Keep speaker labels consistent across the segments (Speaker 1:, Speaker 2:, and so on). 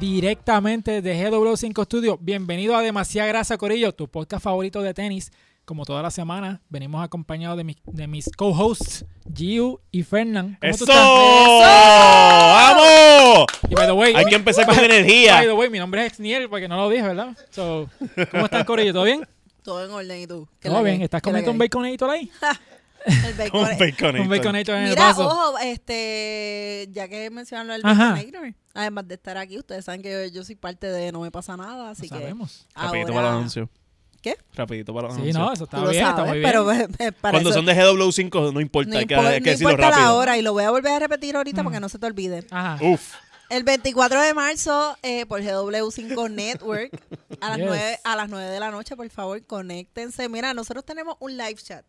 Speaker 1: directamente de GW5 Studio. Bienvenido a Demasiada Grasa Corillo, tu podcast favorito de tenis. Como toda la semana, venimos acompañados de, mis- de mis co-hosts, Giu y Fernán. ¿Cómo
Speaker 2: ¡Eso!
Speaker 1: tú estás?
Speaker 2: ¡Vamos!
Speaker 1: Y by the way,
Speaker 2: Hay que empezar con
Speaker 1: by the
Speaker 2: energía.
Speaker 1: way, mi nombre es Exniel, porque no lo dije, ¿verdad? So, ¿Cómo estás, Corillo? ¿Todo bien?
Speaker 3: Todo en orden y tú. ¿Qué
Speaker 1: Todo
Speaker 3: la que
Speaker 1: bien.
Speaker 3: hay?
Speaker 1: ¿Estás
Speaker 3: ¿Qué la
Speaker 1: comiendo
Speaker 3: que
Speaker 1: un
Speaker 3: hay?
Speaker 1: baconator ahí?
Speaker 3: El bacon.
Speaker 2: Con bacon.
Speaker 1: Un baconator en el
Speaker 3: Mira,
Speaker 1: vaso.
Speaker 3: ojo, este, ya que mencionaron el
Speaker 1: Ajá.
Speaker 3: Baconator, además de estar aquí, ustedes saben que yo, yo soy parte de No Me Pasa Nada, así
Speaker 1: No
Speaker 3: que
Speaker 1: sabemos.
Speaker 2: Rapidito
Speaker 3: ahora-
Speaker 2: para el anuncio.
Speaker 3: ¿Qué?
Speaker 2: Rapidito para el
Speaker 1: Sí,
Speaker 2: anuncio.
Speaker 1: no, eso
Speaker 3: tú
Speaker 1: está
Speaker 3: lo
Speaker 1: bien, está
Speaker 3: sabes,
Speaker 1: muy bien.
Speaker 3: pero eh, para
Speaker 2: Cuando
Speaker 3: eso-
Speaker 2: son de GW5 no importa,
Speaker 3: no
Speaker 2: hay que,
Speaker 3: impo-
Speaker 2: hay que
Speaker 3: no
Speaker 2: decirlo
Speaker 3: importa la
Speaker 2: rápido.
Speaker 3: hora y lo voy a volver a repetir ahorita
Speaker 1: Mm.
Speaker 3: para que no se te olvide.
Speaker 1: Ajá.
Speaker 2: Uf,
Speaker 3: El 24 de marzo eh, por GW5 Network a las,
Speaker 1: Yes.
Speaker 3: 9, a las 9 de la noche, por favor, conéctense. Mira, nosotros tenemos un live chat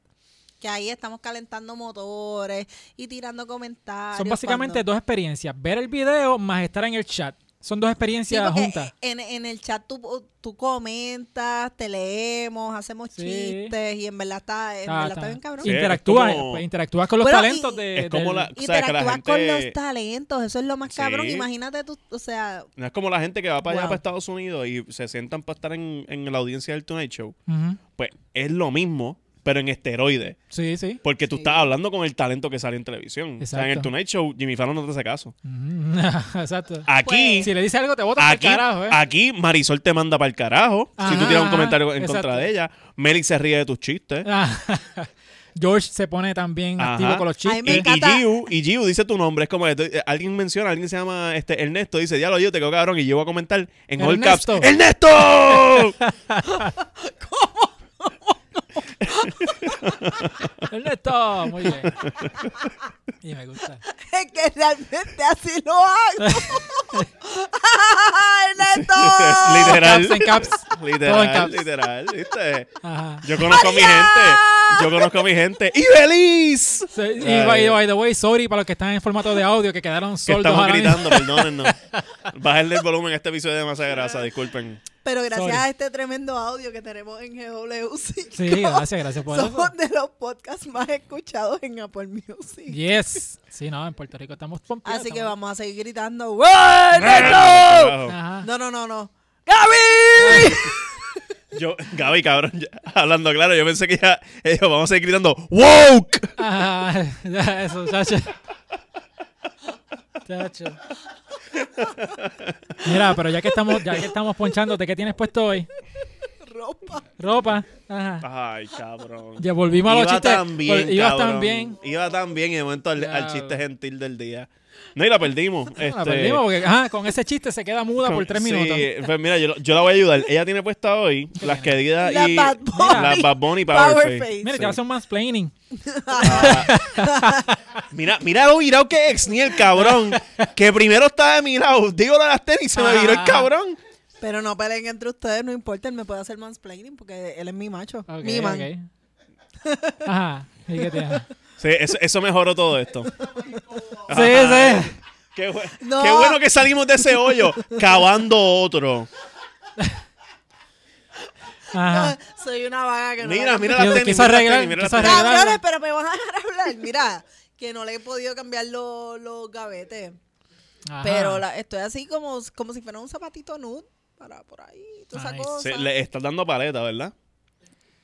Speaker 3: que ahí estamos calentando motores y tirando comentarios.
Speaker 1: Son básicamente
Speaker 3: cuando-
Speaker 1: dos experiencias. Ver el video más estar en el chat. Son dos
Speaker 3: Sí,
Speaker 1: experiencias
Speaker 3: porque
Speaker 1: juntas.
Speaker 3: En, en el chat tú, tú comentas, te leemos, hacemos
Speaker 1: Sí.
Speaker 3: chistes y en verdad está, en
Speaker 1: Ah, está.
Speaker 3: verdad está bien cabrón.
Speaker 2: Sí, es
Speaker 1: Interactúa,
Speaker 2: como-
Speaker 1: pues, interactúa con los
Speaker 3: Bueno,
Speaker 1: talentos
Speaker 3: y-
Speaker 1: de...
Speaker 2: es como
Speaker 1: del-
Speaker 2: la, o sea, que la
Speaker 3: Interactúas con los
Speaker 2: gente...
Speaker 3: talentos, eso es lo más
Speaker 2: Sí.
Speaker 3: cabrón. Imagínate tú, o sea,
Speaker 2: No es como la gente que va para allá,
Speaker 3: Wow.
Speaker 2: para Estados Unidos y se sientan para estar en, en la audiencia del Tonight Show.
Speaker 1: Ujú.
Speaker 2: Pues es lo mismo, pero en esteroides.
Speaker 1: Sí, sí.
Speaker 2: Porque tú
Speaker 3: Sí.
Speaker 2: estás hablando con el talento que sale en televisión. O sea, en el
Speaker 1: Exacto.
Speaker 2: Tonight Show, Jimmy Fallon no te hace caso.
Speaker 1: Ujú. Exacto.
Speaker 2: Mm. Aquí,
Speaker 1: Si le dice algo, te botas al
Speaker 2: aquí,
Speaker 1: carajo, ¿eh?
Speaker 2: aquí Marisol te manda para el carajo. si tú
Speaker 1: Ajá,
Speaker 2: tiras un
Speaker 1: ajá,
Speaker 2: comentario en
Speaker 1: exacto.
Speaker 2: contra de ella, Meli se ríe de tus chistes.
Speaker 1: Ah, George se pone también
Speaker 2: Ajá.
Speaker 1: activo con los
Speaker 3: Ay,
Speaker 2: Y, y
Speaker 3: me
Speaker 1: chistes.
Speaker 3: encanta.
Speaker 2: Giu, y Giu dice tu nombre. Es como que tú- eh, alguien menciona, alguien se llama este, Ernesto. Dice, ya lo yo te quedo cabrón. Y yo voy a comentar en all caps:
Speaker 1: Ernesto.
Speaker 2: ¡Ernesto!
Speaker 1: Ernesto, muy bien. Y me gusta.
Speaker 3: es que realmente así lo hago. ¡Ernesto!
Speaker 2: literal.
Speaker 1: Caps en caps. Todo en
Speaker 2: literal,
Speaker 1: caps.
Speaker 2: literal. ¿viste?
Speaker 1: Ajá.
Speaker 2: Yo conozco a mi gente. Yo conozco a mi gente. ¡Y feliz!
Speaker 1: Sí, Y by, by the way, sorry para los que están en formato de audio que quedaron
Speaker 2: Que
Speaker 1: sordos.
Speaker 2: estamos
Speaker 1: ahora mismo.
Speaker 2: gritando, perdónennos. Bájenle el volumen a este episodio de Masa Grasa, disculpen.
Speaker 3: Pero gracias
Speaker 1: Sorry.
Speaker 3: a este tremendo audio que tenemos en GW5,
Speaker 1: Sí, gracias, gracias por eso.
Speaker 3: somos de los podcasts más escuchados en Apple Music.
Speaker 1: Yes. Sí, no, en Puerto Rico estamos pompidos,
Speaker 3: Así que
Speaker 1: estamos-
Speaker 3: vamos a seguir gritando. ¡Güey, ¡Ernesto!
Speaker 2: Oh.
Speaker 1: Ajá.
Speaker 3: No, no, no, no. ¡Gaby!
Speaker 2: Yo, Gaby, cabrón, ya, hablando claro, yo pensé que ya ellos vamos a seguir gritando ¡Woke!
Speaker 1: Ajá, Ah, eso, chacho. Chacho. Mira, pero ya que estamos, ya que estamos ponchándote, ¿qué tienes puesto hoy?
Speaker 3: Ropa.
Speaker 1: Ropa. Ajá.
Speaker 2: Ay, cabrón.
Speaker 1: Ya volvimos a los chistes.
Speaker 2: tan bien,
Speaker 1: Vol- ibas
Speaker 2: cabrón.
Speaker 1: pues, tan bien.
Speaker 2: Iba tan bien y de momento al,
Speaker 1: Ya,
Speaker 2: al chiste gentil del día. No, y la perdimos.
Speaker 1: Ah, La
Speaker 2: este,
Speaker 1: perdimos porque ajá, con ese chiste se queda muda
Speaker 2: con-
Speaker 1: por tres
Speaker 2: sí,
Speaker 1: minutos.
Speaker 2: pues mira, yo, yo la voy a ayudar. Ella tiene puesta hoy las
Speaker 1: tiene?
Speaker 2: queridas
Speaker 3: La
Speaker 2: y
Speaker 3: Bad Bunny.
Speaker 2: las Bad Bunny
Speaker 3: Power
Speaker 2: Powerface.
Speaker 3: Face.
Speaker 1: Mira, te va a hacer un mansplaining.
Speaker 2: Mira, mira lo virado que es ni el cabrón. Que primero estaba de mi lado. Digo lo de las tenis, se me viró el cabrón.
Speaker 3: Pero no peleen entre ustedes, no importa, él me puede hacer mansplaining porque él es mi macho.
Speaker 1: Ok,
Speaker 3: mi man.
Speaker 1: ok. Ajá. ¿Y qué te hace?
Speaker 2: Sí, eso, eso mejoró todo esto.
Speaker 1: Sí, sí.
Speaker 2: Qué, bu-
Speaker 3: No.
Speaker 2: qué bueno que salimos de ese hoyo cavando otro.
Speaker 1: Ajá.
Speaker 3: Soy una vaga que no.
Speaker 2: Mira,
Speaker 3: la-
Speaker 2: mira
Speaker 1: Yo
Speaker 2: las tenis.
Speaker 1: quiso
Speaker 2: mira las
Speaker 1: arreglar,
Speaker 2: tenis, mira las
Speaker 1: quiso
Speaker 2: tenis.
Speaker 1: arreglar.
Speaker 3: Cabrones, pero me van a dejar hablar. Mira, que no le he podido cambiar los, los gavetes.
Speaker 1: Ajá.
Speaker 3: Pero la- estoy así como, como si fuera un zapatito nude para por ahí, toda esa
Speaker 1: Nice.
Speaker 3: cosa.
Speaker 2: Se- le estás dando paleta, ¿verdad?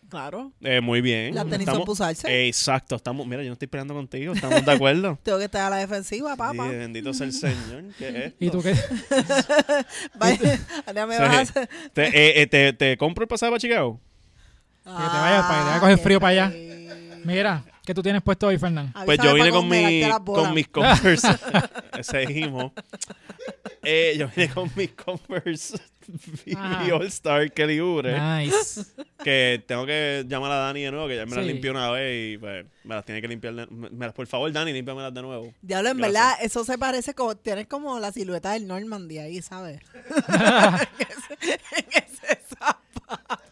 Speaker 3: Claro.
Speaker 2: Eh, muy bien.
Speaker 3: Las tenis son
Speaker 2: Estamos-
Speaker 3: pa' usarse.
Speaker 2: Eh, exacto, estamos. Mira, yo no estoy peleando contigo, estamos de acuerdo.
Speaker 3: Tengo que estar a la defensiva, papá.
Speaker 2: Sí, bendito sea el Señor. ¿Qué es esto?
Speaker 1: ¿Y tú qué?
Speaker 3: Vaya, ya me
Speaker 2: Sí.
Speaker 3: vas a hacer-
Speaker 2: Te, eh, eh, te- te compro el pasaje para Chicago?
Speaker 1: Que te vayas para que te vaya a
Speaker 3: Ah,
Speaker 1: coger frío para allá. Mira, ¿qué tú tienes puesto hoy, Fernán?
Speaker 2: Pues yo vine con, mi, con mis Converse. Seguimos. Eh, yo vine con mis Converse y
Speaker 1: Ajá.
Speaker 2: All Star que libre.
Speaker 1: Ah. Nice.
Speaker 2: Que tengo que llamar a Dani de nuevo, que ya me las
Speaker 1: Sí.
Speaker 2: limpió una vez y pues, me las tiene que limpiar. de- me- me las- por favor, Dani, límpiamelas de nuevo.
Speaker 3: Diablo, en
Speaker 2: Gracias.
Speaker 3: verdad, eso se parece como. Tienes como la silueta del Normandy ahí, ¿sabes? en ese zapato.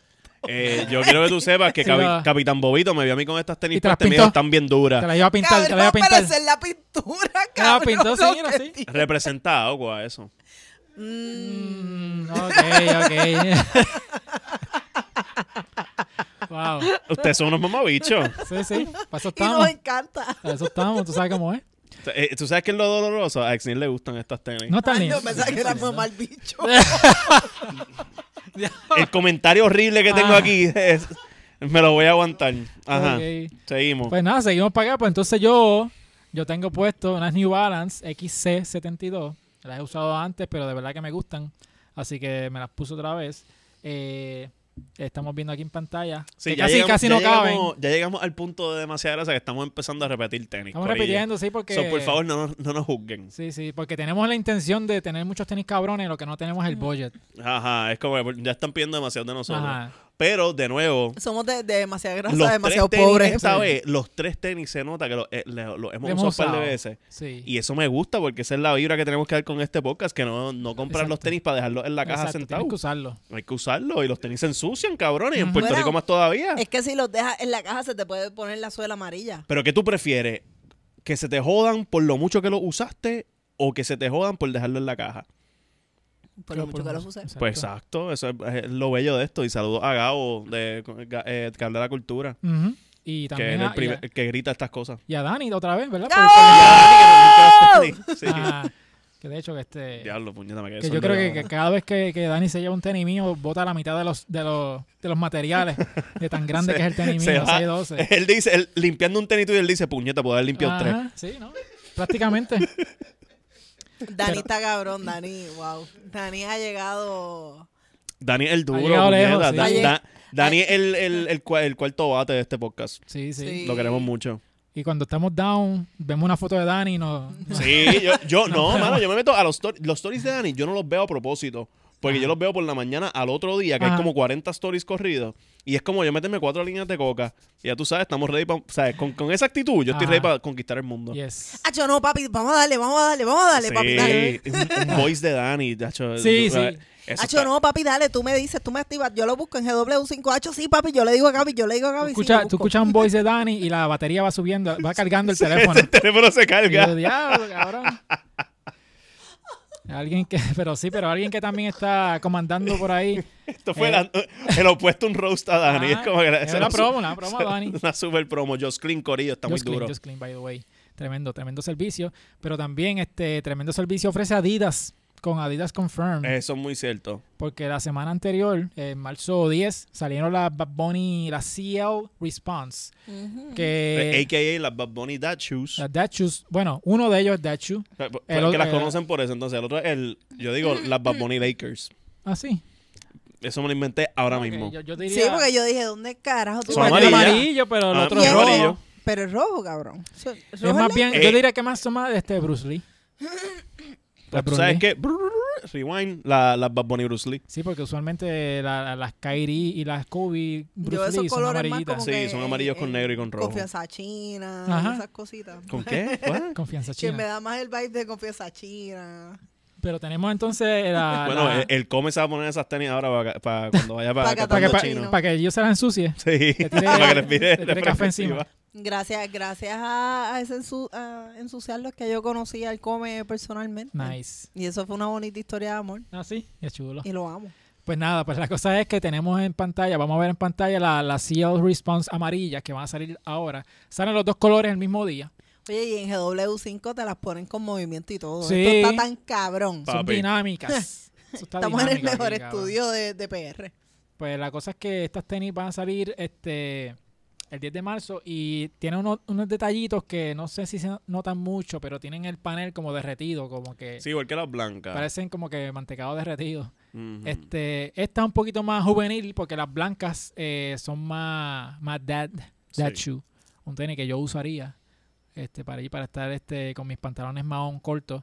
Speaker 2: Eh, yo quiero que tú sepas que
Speaker 1: Sí,
Speaker 2: Capi-
Speaker 1: va.
Speaker 2: Capitán Bobito me vio a mí con estas tenis
Speaker 1: ¿Y te las
Speaker 2: puestas y me
Speaker 1: pintó?
Speaker 2: dijo, están bien
Speaker 1: Te
Speaker 2: duras.
Speaker 1: la iba a pintar, te la iba a
Speaker 3: Cabrón,
Speaker 1: pintar.
Speaker 3: pero esa es la pintura,
Speaker 1: Te la
Speaker 3: cabrón.
Speaker 1: pintó,
Speaker 3: lo
Speaker 1: señora,
Speaker 3: que
Speaker 1: sí.
Speaker 3: tiene.
Speaker 2: Representado, guau, eso.
Speaker 3: Mm,
Speaker 1: Mm, ok, ok. wow.
Speaker 2: Ustedes son unos mamabichos.
Speaker 1: Sí, sí. Para eso
Speaker 3: y nos
Speaker 1: estamos.
Speaker 3: encanta.
Speaker 1: Para eso estamos, tú sabes cómo es.
Speaker 2: sea, eh, ¿Tú sabes qué es lo doloroso? A Exnil le gustan estas tenis.
Speaker 1: No tan
Speaker 3: Ay,
Speaker 1: lindo.
Speaker 3: yo pensaba que era mamá el bicho.
Speaker 2: El comentario horrible que tengo
Speaker 1: Ah.
Speaker 2: aquí es- me lo voy a aguantar. Ajá.
Speaker 1: Ok.
Speaker 2: Seguimos.
Speaker 1: Pues nada, seguimos para acá. Pues entonces yo, yo tengo puesto unas New Balance XC72. Las he usado antes, pero de verdad que me gustan. Así que me las puse otra vez. Eh, estamos viendo aquí en pantalla.
Speaker 2: Sí,
Speaker 1: que
Speaker 2: ya
Speaker 1: casi,
Speaker 2: llegamos-
Speaker 1: casi
Speaker 2: ya
Speaker 1: no caben.
Speaker 2: llegamos- ya llegamos al punto de demasiada grasa que estamos empezando a repetir tenis.
Speaker 1: Estamos
Speaker 2: corillo.
Speaker 1: repitiendo, sí, porque.
Speaker 2: So, por favor, no, no nos juzguen.
Speaker 1: Sí, sí, porque tenemos la intención de tener muchos tenis cabrones, lo que no tenemos es el budget.
Speaker 2: Ajá, es como que ya están pidiendo demasiado de nosotros.
Speaker 1: Ajá.
Speaker 2: Pero, de nuevo,
Speaker 3: Somos de, de demasiada grasa,
Speaker 2: los
Speaker 3: demasiado
Speaker 2: tres tenis,
Speaker 3: pobres.
Speaker 2: esta vez, los tres tenis se nota que los eh, le- los
Speaker 1: Lo
Speaker 2: hemos
Speaker 1: hemos
Speaker 2: usado un par de
Speaker 1: usado.
Speaker 2: veces.
Speaker 1: Sí.
Speaker 2: Y eso me gusta porque esa es la vibra que tenemos que dar con este podcast, que no, no comprar los
Speaker 1: Exacto.
Speaker 2: tenis para dejarlos en la caja
Speaker 1: Exacto,
Speaker 2: sentados.
Speaker 1: Tienes que usarlo.
Speaker 2: Hay que usarlo y los tenis se ensucian, cabrones, y en
Speaker 1: Ujú.
Speaker 2: Puerto
Speaker 3: Bueno,
Speaker 2: Rico más todavía.
Speaker 3: Es que si los dejas en la caja se te puede poner la suela amarilla.
Speaker 2: Pero ¿qué tú prefieres? ¿Que se te jodan por lo mucho que los usaste o que se te jodan por dejarlo en la caja?
Speaker 3: Por lo mucho que los usé.
Speaker 1: Exacto.
Speaker 2: Pues exacto, eso es, es lo bello de esto. Y saludo a Gabo, de, Ga- eh, que habla de la cultura,
Speaker 1: Ujú. Y
Speaker 2: que,
Speaker 1: también
Speaker 2: es el
Speaker 1: a,
Speaker 2: primer-
Speaker 1: y, a,
Speaker 2: que grita estas cosas.
Speaker 1: y a Dani otra vez, ¿verdad?
Speaker 3: ¡Gabo!
Speaker 1: Por- por-
Speaker 2: Ah, que nos gustan los tenis. Sí.
Speaker 1: Ah, que de hecho que este...
Speaker 2: Diablo, puñeta, me quedé
Speaker 1: Que yo
Speaker 2: sordo,
Speaker 1: creo que,
Speaker 2: cabrón.
Speaker 1: que cada vez que, que Dani se lleva un tenis mío, bota la mitad de los, de los, de los materiales, de tan grande que es el tenis
Speaker 2: Se
Speaker 1: mío,
Speaker 2: va.
Speaker 1: 612.
Speaker 2: Él dice, él, limpiando un tenis tuyo, él dice, puñeta, puedo haber limpiado tres.
Speaker 1: Ajá, Sí, ¿no? Prácticamente.
Speaker 3: Dani está cabrón, Dani, wow. Dani ha llegado.
Speaker 2: Dani es el duro,
Speaker 1: llegado lejos,
Speaker 2: puñeta.
Speaker 1: sí.
Speaker 2: Da-
Speaker 3: Ha lleg-
Speaker 2: da- Dani es el, el, el cua- el cuarto bate de este podcast.
Speaker 1: Sí, sí,
Speaker 3: Sí.
Speaker 2: Lo queremos mucho.
Speaker 1: Y cuando estamos down, vemos una foto de Dani y nos...
Speaker 2: Sí, yo, yo no, mano, yo me meto a los, stor- los stories de Dani, yo no los veo a propósito. Porque yo los veo por la mañana al otro día, que hay
Speaker 1: Ajá.
Speaker 2: como 40 stories corridos. Y es como yo meterme cuatro líneas de coca. Y ya tú sabes, estamos ready para. ¿Sabes? Con, con esa actitud, yo estoy
Speaker 1: Ajá.
Speaker 2: ready para conquistar el mundo.
Speaker 1: Yes.
Speaker 3: Ah, yo no, papi, vamos a darle, vamos a darle, vamos a darle,
Speaker 2: sí,
Speaker 3: papi, dale.
Speaker 2: un, un voice de Dani. Dacho,
Speaker 1: Sí,
Speaker 2: yo-
Speaker 1: sí.
Speaker 2: eh, eso
Speaker 3: Hacho,
Speaker 2: está-
Speaker 3: no, papi, dale, tú me dices, tú me activas. Yo lo busco en GW5H, sí, papi, yo le digo a Gaby, yo le digo a Gaby. sí,
Speaker 1: Escucha,
Speaker 3: lo
Speaker 1: tú
Speaker 3: busco.
Speaker 1: escuchas un voice de Dani y la batería va subiendo, va cargando el teléfono.
Speaker 2: El teléfono
Speaker 1: Y
Speaker 2: se
Speaker 1: yo,
Speaker 2: carga.
Speaker 1: diablo, cabrón. Alguien que, pero sí, pero alguien que también está comandando por ahí.
Speaker 2: Esto fue
Speaker 1: Eh.
Speaker 2: la- el opuesto a un roast a Dani.
Speaker 1: Ah,
Speaker 2: es como que la-
Speaker 1: es
Speaker 2: se
Speaker 1: una
Speaker 2: la su-
Speaker 1: promo, una promo a Dani.
Speaker 2: Una super promo. Just Clean Corillo está
Speaker 1: Just
Speaker 2: muy
Speaker 1: Clean,
Speaker 2: duro.
Speaker 1: Just Clean, by the way. Tremendo, tremendo servicio. Pero también este tremendo servicio ofrece Adidas con Adidas Confirm.
Speaker 3: Eh.
Speaker 2: Eso es muy cierto.
Speaker 1: Porque la semana anterior, en marzo 10, salieron las Bad Bunny, la CL Response.
Speaker 3: Ujú.
Speaker 1: Que
Speaker 2: AKA las Bad Bunny Dad Shoes.
Speaker 1: las Dachus, bueno, uno de ellos es Dachu.
Speaker 2: Eh, pues,
Speaker 1: el
Speaker 2: que las
Speaker 1: otro-
Speaker 2: conocen por eso. Entonces, el otro es el. Yo digo las Bad Bunny Lakers.
Speaker 1: Ah, sí.
Speaker 2: Eso me lo inventé ahora
Speaker 1: Ok,
Speaker 2: mismo.
Speaker 1: Yo, yo
Speaker 3: Sí,
Speaker 1: diría,
Speaker 3: porque yo dije, ¿dónde carajo tú
Speaker 1: Sí,
Speaker 2: Son
Speaker 1: porque
Speaker 3: vas a
Speaker 1: es
Speaker 2: amarillas.
Speaker 1: amarillo, pero el
Speaker 2: Ah,
Speaker 1: otro
Speaker 2: y
Speaker 1: es
Speaker 2: es
Speaker 1: rojo.
Speaker 2: amarillo.
Speaker 3: Pero es rojo, cabrón. Eso- ¿rojo
Speaker 1: Es más
Speaker 3: la-
Speaker 1: bien,
Speaker 2: Eh.
Speaker 1: yo diría que más son más de este Bruce Lee.
Speaker 2: Pues,
Speaker 1: Bruce
Speaker 2: ¿Sabes
Speaker 1: Lee.
Speaker 2: qué? Brrr, Rewind la- las Bad Bunny Bruce Lee.
Speaker 1: Sí, porque usualmente la- las Kyrie y las Kobe,
Speaker 3: Yo
Speaker 1: Bruce
Speaker 3: esos
Speaker 1: Lee son
Speaker 3: colores más
Speaker 1: amarillitas.
Speaker 3: como
Speaker 2: Sí,
Speaker 3: que
Speaker 2: son amarillos con negro y con rojo.
Speaker 3: eh, Confianza china,
Speaker 1: Ajá.
Speaker 3: esas cositas.
Speaker 2: ¿Con qué? What?
Speaker 1: Confianza
Speaker 3: Que me
Speaker 1: china.
Speaker 3: da más el vibe de confianza china.
Speaker 1: Pero tenemos entonces la...
Speaker 2: bueno, eh,
Speaker 1: la-
Speaker 2: el, el come se va a poner esas tenis ahora para, para cuando vaya para,
Speaker 3: Para catar
Speaker 1: para, que,
Speaker 2: Catando
Speaker 1: pa-
Speaker 2: chino.
Speaker 1: para que ellos se las ensucie.
Speaker 2: Sí,
Speaker 1: tire-
Speaker 2: para que les
Speaker 1: le
Speaker 2: pide
Speaker 1: tire café encima.
Speaker 3: Gracias, gracias a, a ese ensu- a ensuciarlos que yo conocí al come personalmente.
Speaker 1: Nice.
Speaker 3: Y eso fue una bonita historia de amor.
Speaker 1: Ah, sí, es chulo.
Speaker 3: Y lo amo.
Speaker 1: Pues nada, pues la cosa es que tenemos en pantalla, vamos a ver en pantalla la, la CL Response amarilla que van a salir ahora. Salen los dos colores el mismo día.
Speaker 3: Oye, y en GW5 te las ponen con movimiento y todo.
Speaker 1: Sí.
Speaker 3: Esto está tan cabrón.
Speaker 2: Pa-
Speaker 1: Son
Speaker 2: Papi.
Speaker 1: dinámicas. Eso está
Speaker 3: Estamos en el
Speaker 1: dinámico
Speaker 3: mejor
Speaker 1: aquí, cabrón.
Speaker 3: estudio de, de PR.
Speaker 1: Pues la cosa es que estas tenis van a salir este el 10 de marzo y tiene unos, unos detallitos que no sé si se notan mucho, pero tienen el panel como derretido, como que
Speaker 2: Sí, igual que las blancas.
Speaker 1: parecen como que mantecado derretido.
Speaker 2: Ujú.
Speaker 1: Este, esta es un poquito más juvenil porque las blancas eh, son más, más dad, dad
Speaker 2: Sí.
Speaker 1: shoe. Un tenis que yo usaría este, para ir para estar este, con mis pantalones mahón cortos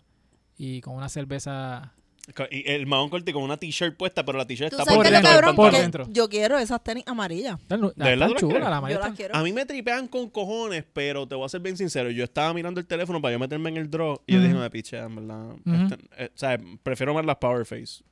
Speaker 1: y con una cerveza.
Speaker 2: Co- y el mahón corto y con una t-shirt puesta, pero la t-shirt
Speaker 3: Tú
Speaker 2: está
Speaker 3: sabes
Speaker 1: por
Speaker 3: que lo
Speaker 1: dentro,
Speaker 3: cabrón
Speaker 1: por
Speaker 3: que
Speaker 1: dentro.
Speaker 3: yo quiero esas tenis amarillas.
Speaker 1: Están, lu-
Speaker 2: verdad
Speaker 1: están
Speaker 2: tú las
Speaker 1: chulas,
Speaker 2: quieres?
Speaker 1: las amarillas
Speaker 3: Yo las
Speaker 1: están-
Speaker 3: quiero.
Speaker 2: A mí me tripean con cojones, pero te voy a ser bien sincero. Yo estaba mirando el teléfono para yo meterme en el draw y yo
Speaker 1: Ujú.
Speaker 2: dije, no me piche, en verdad.
Speaker 1: Ujú.
Speaker 2: este, eh, o sea, prefiero más las Power Face.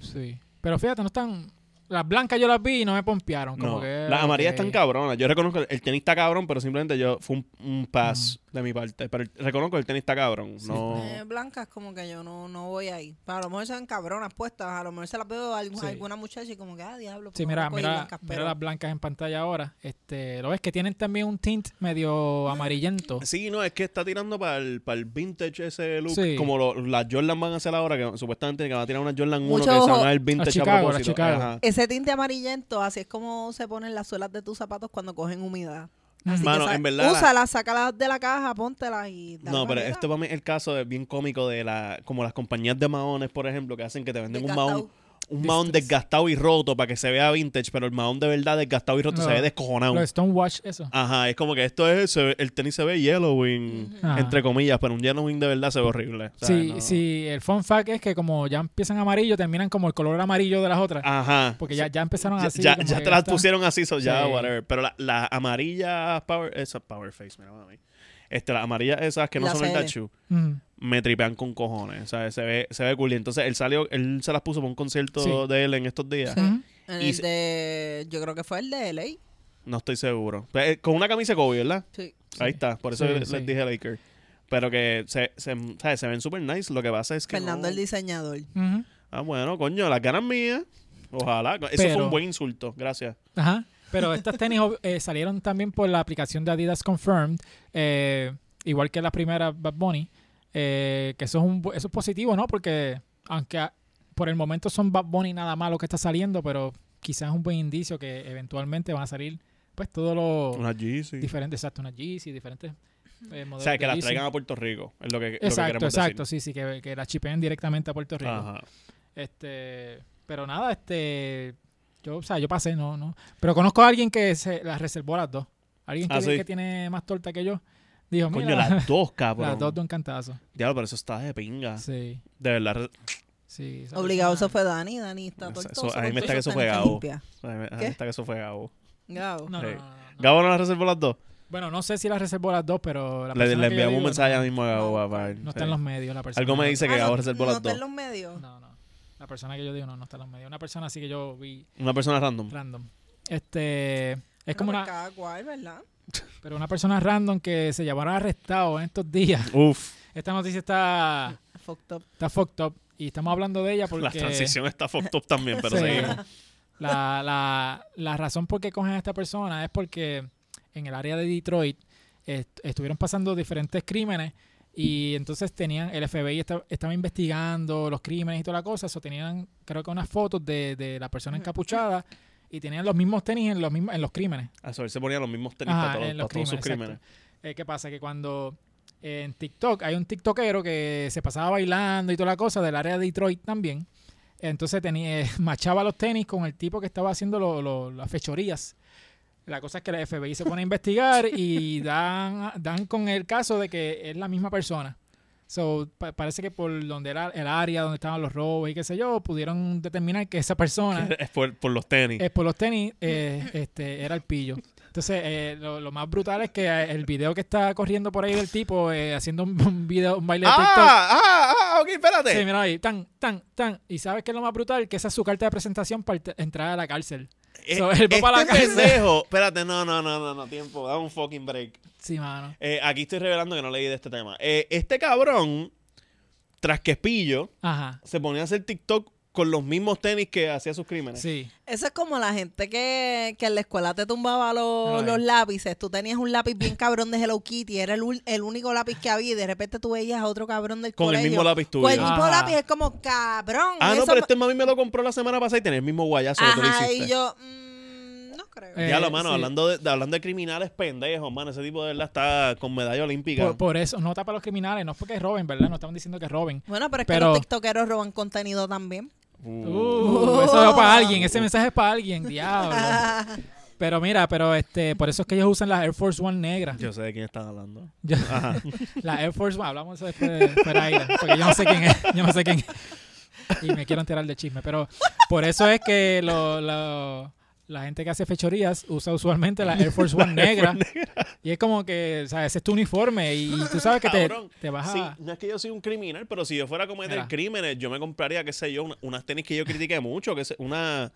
Speaker 1: Sí. Pero fíjate, no están. Las blancas yo las vi y no me pompearon. Como
Speaker 2: No,
Speaker 1: que, eh,
Speaker 2: las amarillas
Speaker 1: ok.
Speaker 2: están cabronas. Yo reconozco el tenis está cabrón, pero simplemente yo fue un, un pass. de mi parte. Pero reconozco que el tenis está cabrón. No.
Speaker 3: Eh, blancas como que yo no, no voy ahí. Pero a lo mejor son cabronas puestas, a lo mejor se las veo a algún-
Speaker 1: Sí.
Speaker 3: alguna muchacha y como que, ah, diablo.
Speaker 1: Sí,
Speaker 3: ¿por qué
Speaker 1: mira,
Speaker 3: no cogí
Speaker 1: mira,
Speaker 3: blancas?
Speaker 1: mira
Speaker 3: Pero-
Speaker 1: las blancas en pantalla ahora. Este, lo ves que tienen también un tint medio amarillento.
Speaker 2: Sí, no, es que está tirando para el, para el vintage ese look.
Speaker 1: Sí.
Speaker 2: Como lo- las Jordan van a hacer ahora, que supuestamente que van a tirar una Jordan 1
Speaker 3: Mucho
Speaker 2: que se
Speaker 3: ojo.
Speaker 2: van a ver vintage
Speaker 1: A Chicago, a
Speaker 2: propósito.
Speaker 1: Chicago.
Speaker 2: Ajá.
Speaker 3: Ese tinte amarillento, así es como se ponen las suelas de tus zapatos cuando cogen humedad. Así que
Speaker 2: Mano,
Speaker 3: sa-
Speaker 2: en verdad, la-
Speaker 3: Úsalas, sácalas de la caja, póntelas y dale
Speaker 2: No, pero
Speaker 3: manera.
Speaker 2: esto para mí es el caso de- bien cómico de la, como las compañías de maones, por ejemplo, que hacen que te venden un
Speaker 3: Desgastado.
Speaker 2: maón, un maón
Speaker 1: Distress.
Speaker 2: desgastado y roto para que se vea vintage, pero el maón de verdad desgastado y roto
Speaker 1: No.
Speaker 2: se ve descojonado.
Speaker 1: Lo de Stonewash, eso.
Speaker 2: Ajá, es como que esto es, se ve- el tenis se ve yellowing,
Speaker 3: Ujú.
Speaker 1: Ajá.
Speaker 2: entre comillas, pero un yellowing de verdad se ve horrible. o sea,
Speaker 1: sí,
Speaker 2: no.
Speaker 1: sí, el fun fact es que como ya empiezan amarillo, terminan como el color amarillo de las otras.
Speaker 2: Ajá.
Speaker 1: porque ya, ya empezaron
Speaker 2: Ah, Ya,
Speaker 1: así.
Speaker 2: ya,
Speaker 1: como
Speaker 2: ya
Speaker 1: que
Speaker 2: te las
Speaker 1: está-
Speaker 2: pusieron así, so ya,
Speaker 1: Sí.
Speaker 2: whatever. Pero la- las amarillas Power, esas Power Face, mira, mami. Este, las amarillas esas que no
Speaker 3: Las
Speaker 2: son el
Speaker 3: L.
Speaker 2: Dachu,
Speaker 1: Ujú.
Speaker 2: me tripean con cojones. O sea, se ve, se ve cool. Y entonces él salió, él se las puso para un concierto
Speaker 1: Sí.
Speaker 2: de él en estos días.
Speaker 1: Ujú.
Speaker 3: En
Speaker 2: Y
Speaker 3: el
Speaker 2: se-
Speaker 3: de, yo creo que fue el de LA.
Speaker 2: No estoy seguro. Pero, eh, con una camisa de Kobe, ¿verdad?
Speaker 3: Sí.
Speaker 2: Ahí está. Por eso
Speaker 1: Sí,
Speaker 2: les,
Speaker 1: sí.
Speaker 2: dije Laker. Pero que se, se, ¿sabes? se ven super nice. Lo que pasa es que.
Speaker 3: Fernando
Speaker 2: no-
Speaker 3: el diseñador.
Speaker 1: Ujú.
Speaker 2: Ah, bueno, coño, las ganas mías. Ojalá. Eso fue
Speaker 1: Pero-
Speaker 2: un buen insulto. Gracias.
Speaker 1: Ajá. Pero estas tenis ob- eh, salieron también por la aplicación de Adidas Confirmed, eh, igual que la primera Bad Bunny, eh, que eso es, un, bu- eso es positivo, ¿no? Porque aunque a- por el momento son Bad Bunny nada más lo que está saliendo, pero quizás es un buen indicio que eventualmente van a salir pues todos los
Speaker 2: Una Yeezy.
Speaker 1: diferentes, exacto, unas Yeezy, diferentes eh, modelos
Speaker 2: O sea, que
Speaker 1: de
Speaker 2: las
Speaker 1: Yeezy.
Speaker 2: traigan a Puerto Rico. Es lo que, lo que
Speaker 1: Exacto,
Speaker 2: queremos
Speaker 1: exacto,
Speaker 2: decir.
Speaker 1: sí, sí, que, que la chipeen directamente a Puerto Rico.
Speaker 2: Ajá.
Speaker 1: Este, pero nada, este, yo, o sea, yo pasé, no, no. Pero conozco a alguien que se las reservó las dos. Alguien que,
Speaker 2: Ah, sí.
Speaker 1: que tiene más torta que yo. Dijo, mira,
Speaker 2: Coño, las dos, cabrón.
Speaker 1: las dos de un cantazo.
Speaker 2: Diablo, pero eso está de pinga.
Speaker 1: Sí,
Speaker 2: De verdad.
Speaker 1: sí. esa
Speaker 3: Obligado, eso
Speaker 1: persona-
Speaker 3: fue Dani. Dani está
Speaker 2: Eso-
Speaker 3: todo
Speaker 2: eso- ahí me está que eso fue Gabo. Ahí está que eso fue Gabo.
Speaker 1: No, no,
Speaker 2: Sí.
Speaker 1: no, no, no.
Speaker 2: Gabo no las reservó las dos.
Speaker 1: Bueno, no sé si las reservó las dos, pero la
Speaker 2: Le,
Speaker 1: persona
Speaker 2: le
Speaker 1: que yo
Speaker 2: enviamos un
Speaker 1: digo,
Speaker 2: mensaje
Speaker 1: no,
Speaker 2: ahora mismo a Gabo.
Speaker 3: No,
Speaker 2: papá.
Speaker 1: No
Speaker 2: Sí.
Speaker 1: está en los medios la persona.
Speaker 2: Algo me
Speaker 1: no-
Speaker 2: dice que Gabo reservó
Speaker 3: Ah, no
Speaker 2: las
Speaker 3: está en
Speaker 2: dos.
Speaker 3: los medios.
Speaker 1: No, no. La persona que yo digo no, no está en los medios. Una persona así que yo vi
Speaker 2: Una persona random.
Speaker 1: random. Este, es
Speaker 3: Bueno,
Speaker 1: como
Speaker 3: pues
Speaker 1: una,
Speaker 3: Cada cual, ¿verdad?
Speaker 1: pero una persona random que se llevaron arrestado en estos días.
Speaker 2: Uf,
Speaker 1: Esta noticia está,
Speaker 3: Fucked up.
Speaker 1: está fucked up y estamos hablando de ella porque...
Speaker 2: la transición está fucked up también, pero
Speaker 1: Sí.
Speaker 2: seguimos.
Speaker 1: La, la- la razón por qué cogen a esta persona es porque en el área de Detroit est- estuvieron pasando diferentes crímenes y entonces tenían, el FBI esta- estaba investigando los crímenes y toda la cosa, eso tenían creo que unas fotos de, de la persona encapuchada y tenían los mismos tenis en los, mismos, en los crímenes.
Speaker 2: A su vez se ponían los mismos tenis
Speaker 1: Ajá,
Speaker 2: para todos,
Speaker 1: en los
Speaker 2: para todos sus
Speaker 1: crímenes,
Speaker 2: crímenes.
Speaker 1: Eh, ¿Qué pasa? Que cuando eh, en TikTok hay un TikTokero que se pasaba bailando y toda la cosa del área de Detroit también. Entonces tenía, machaba los tenis con el tipo que estaba haciendo lo- lo- las fechorías. La cosa es que la FBI se pone a investigar y dan, dan con el caso de que es la misma persona. So, pa- parece que por donde era el área donde estaban los robos y qué sé yo, pudieron determinar que esa persona
Speaker 2: Es por, por los tenis.
Speaker 1: eh, por los tenis, eh, este, era el pillo. Entonces, eh, lo, lo más brutal es que eh, el video que está corriendo por ahí del tipo eh, haciendo un, un video, un baile de TikTok.
Speaker 2: ah, ah, ok, espérate.
Speaker 1: Sí, mira ahí, tan, tan, tan. Y sabes que es lo más brutal, que esa es su carta de presentación para te- entrar a la cárcel.
Speaker 2: Eh,
Speaker 1: So, él va
Speaker 2: este
Speaker 1: para la cárcel.
Speaker 2: pendejo. Espérate, no, no, no, no, no, tiempo. Dame un fucking break.
Speaker 1: Sí, mano.
Speaker 2: Eh, aquí estoy revelando que no leí de este tema. Eh, este cabrón, tras que pillo,
Speaker 1: Ajá.
Speaker 2: se ponía a hacer TikTok con los mismos tenis que hacía sus crímenes.
Speaker 1: Sí.
Speaker 3: Eso es como la gente que, que en la escuela te tumbaba
Speaker 1: No,
Speaker 3: los,
Speaker 1: eh.
Speaker 3: los lápices. Tú tenías un lápiz bien cabrón de Hello Kitty, era el, ul- el único lápiz que había y de repente tú veías a otro cabrón del
Speaker 2: Con el
Speaker 3: colegio.
Speaker 2: mismo lápiz tuyo.
Speaker 3: Con el mismo
Speaker 1: Ajá.
Speaker 3: lápiz es como cabrón.
Speaker 2: Ah, no,
Speaker 3: eso
Speaker 2: pero
Speaker 3: ma-
Speaker 2: este mami me lo compró la semana pasada y tenía el mismo guayazo que tú le
Speaker 3: Ajá,
Speaker 2: hiciste.
Speaker 3: y yo, mm, no creo.
Speaker 1: Eh,
Speaker 2: Ya lo, mano,
Speaker 1: sí.
Speaker 2: hablando, de, de- hablando de criminales pendejos, mano, ese tipo de verdad está con medalla olímpica.
Speaker 1: Por, por eso, no tapa a los criminales, no es porque roben, ¿verdad? No estamos diciendo que roben.
Speaker 3: bueno, pero es
Speaker 1: pero-
Speaker 3: que los tiktokeros roban contenido también.
Speaker 2: Mm.
Speaker 1: Uh, eso va para alguien, ese mensaje es para alguien, diablo. Pero mira, pero este, por eso es que ellos usan las Air Force One negras.
Speaker 2: Yo sé de quién estás hablando.
Speaker 1: Yo- la Air Force One, hablamos de eso después de fuera de aire, porque yo no sé quién es, yo no sé quién es. Y me quiero enterar del chisme, pero por eso es que lo- lo- la gente que hace fechorías usa usualmente la Air Force One negra. Y es como que, o sea, ese es tu uniforme y, tú sabes que te,
Speaker 2: Cabrón,
Speaker 1: te vas a...
Speaker 2: Sí, no es que yo soy un criminal, pero si yo fuera a cometer
Speaker 1: Mira.
Speaker 2: crímenes, yo me compraría, qué sé yo, una- unas tenis que yo critiqué mucho, que se- una,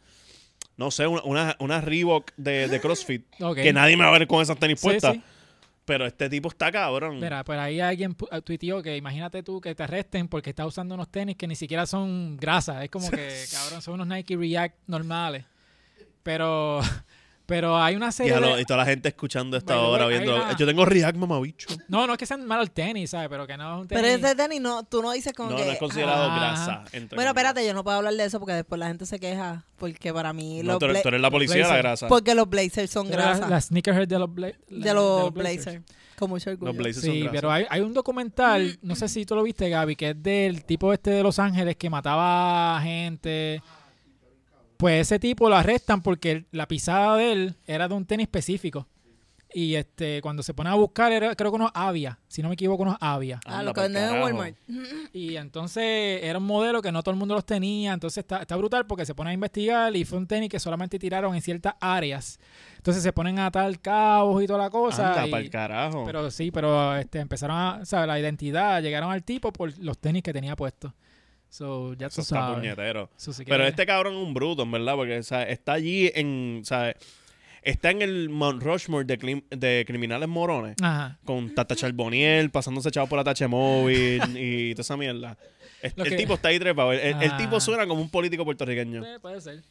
Speaker 2: no sé, una, una, una Reebok de, de CrossFit,
Speaker 1: Ok.
Speaker 2: que nadie me va a ver con esas tenis
Speaker 1: Sí,
Speaker 2: puestas.
Speaker 1: sí.
Speaker 2: Pero este tipo está cabrón.
Speaker 1: Mira, por ahí alguien pu- eh, tuiteó que imagínate tú que te arresten porque estás usando unos tenis que ni siquiera son grasa. Es como que, cabrón, son unos Nike React normales. Pero, pero hay una serie
Speaker 2: Dígalo,
Speaker 1: de-
Speaker 2: y toda la gente escuchando esta
Speaker 1: By the way,
Speaker 2: hora,
Speaker 1: hay
Speaker 2: viendo.
Speaker 1: una-
Speaker 2: Yo tengo React, mamabicho.
Speaker 1: No, no es que sean malos tenis, ¿sabes? Pero que no es un tenis...
Speaker 3: Pero ese tenis no, tú no dices como
Speaker 2: No, no
Speaker 3: que.
Speaker 2: es considerado
Speaker 1: ah.
Speaker 2: grasa. entre comillas.
Speaker 3: Bueno, espérate, yo no puedo hablar de eso porque después la gente se queja. Porque para mí
Speaker 2: No,
Speaker 3: los,
Speaker 2: tú, eres,
Speaker 3: bla-
Speaker 2: tú eres la policía de la
Speaker 1: blazers.
Speaker 2: grasa.
Speaker 3: porque los blazers son
Speaker 1: Pero las-
Speaker 3: grasa.
Speaker 1: Las sneakers de los, bla-
Speaker 3: de los blazers. Con mucho orgullo.
Speaker 2: Los blazers son
Speaker 1: Sí,
Speaker 2: grasa.
Speaker 1: pero hay, hay un documental, no sé si tú lo viste, Gaby, que es del tipo este de Los Ángeles que mataba gente. Pues ese tipo lo arrestan porque el- la pisada de él era de un tenis específico. Y este cuando se pone a buscar, era, creo que unos Avia, si no me equivoco, unos Avia.
Speaker 3: Ah,
Speaker 2: Anda
Speaker 3: lo que
Speaker 2: pa'l
Speaker 3: venden en
Speaker 2: carajo.
Speaker 3: Walmart.
Speaker 1: Y entonces era un modelo que no todo el mundo los tenía. Entonces está, está brutal porque se pone a investigar y fue un tenis que solamente tiraron en ciertas áreas. Entonces se ponen a atar cabos y toda la cosa.
Speaker 2: Anda,
Speaker 1: y-
Speaker 2: pa'l carajo.
Speaker 1: pero sí, pero este, empezaron a, ¿sabes? La identidad, llegaron al tipo por los tenis que tenía puestos. So, ya
Speaker 2: Eso
Speaker 1: tú
Speaker 2: está
Speaker 1: sabes.
Speaker 2: puñetero.
Speaker 1: So, si
Speaker 2: Pero
Speaker 1: quieres-
Speaker 2: este cabrón es un bruto, en verdad, porque o sea, está allí en. o sea, Está en el Mount Rushmore de, clim- de criminales morones.
Speaker 1: Ajá.
Speaker 2: Con Tata Charboniel, pasándose echado por Atache Móvil y toda esa mierda. Es-
Speaker 1: Lo
Speaker 2: El
Speaker 1: que-
Speaker 2: tipo está ahí trepado. El, el- el
Speaker 1: Ah.
Speaker 2: tipo suena como un político puertorriqueño.
Speaker 1: Eh, puede ser.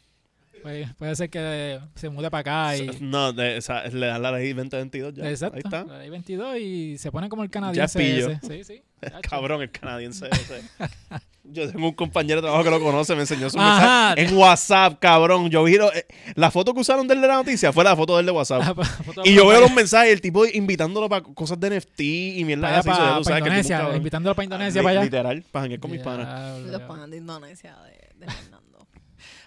Speaker 1: Puede, puede ser que se mude para acá
Speaker 2: So-
Speaker 1: y...
Speaker 2: No, de- o sea, le dan la ley 2022 ya.
Speaker 1: Exacto.
Speaker 2: Ahí está.
Speaker 1: La ley 22 y se pone como el canadiense
Speaker 2: pillo.
Speaker 1: ese. Sí, sí. Chacho.
Speaker 2: Cabrón, el canadiense ese. Yo tengo un compañero de trabajo que lo conoce, me enseñó su
Speaker 1: Ajá.
Speaker 2: mensaje. En WhatsApp, cabrón. Yo vi lo- eh, la foto que usaron de él de la noticia fue la foto del de WhatsApp.
Speaker 1: La pues, foto
Speaker 2: Y yo
Speaker 1: para-
Speaker 2: veo los mensajes del tipo invitándolo para cosas de NFT y mierda
Speaker 1: para,
Speaker 2: así.
Speaker 1: para,
Speaker 2: so, tú sabes que el tipo es un
Speaker 1: Indonesia,
Speaker 2: cabrón.
Speaker 1: invitándolo para Indonesia
Speaker 2: Li-
Speaker 1: para allá.
Speaker 2: Literal, para janguear con mis panas.
Speaker 1: Diablo,
Speaker 3: Los
Speaker 1: cabrón.
Speaker 3: panas de Indonesia de, de Fernando.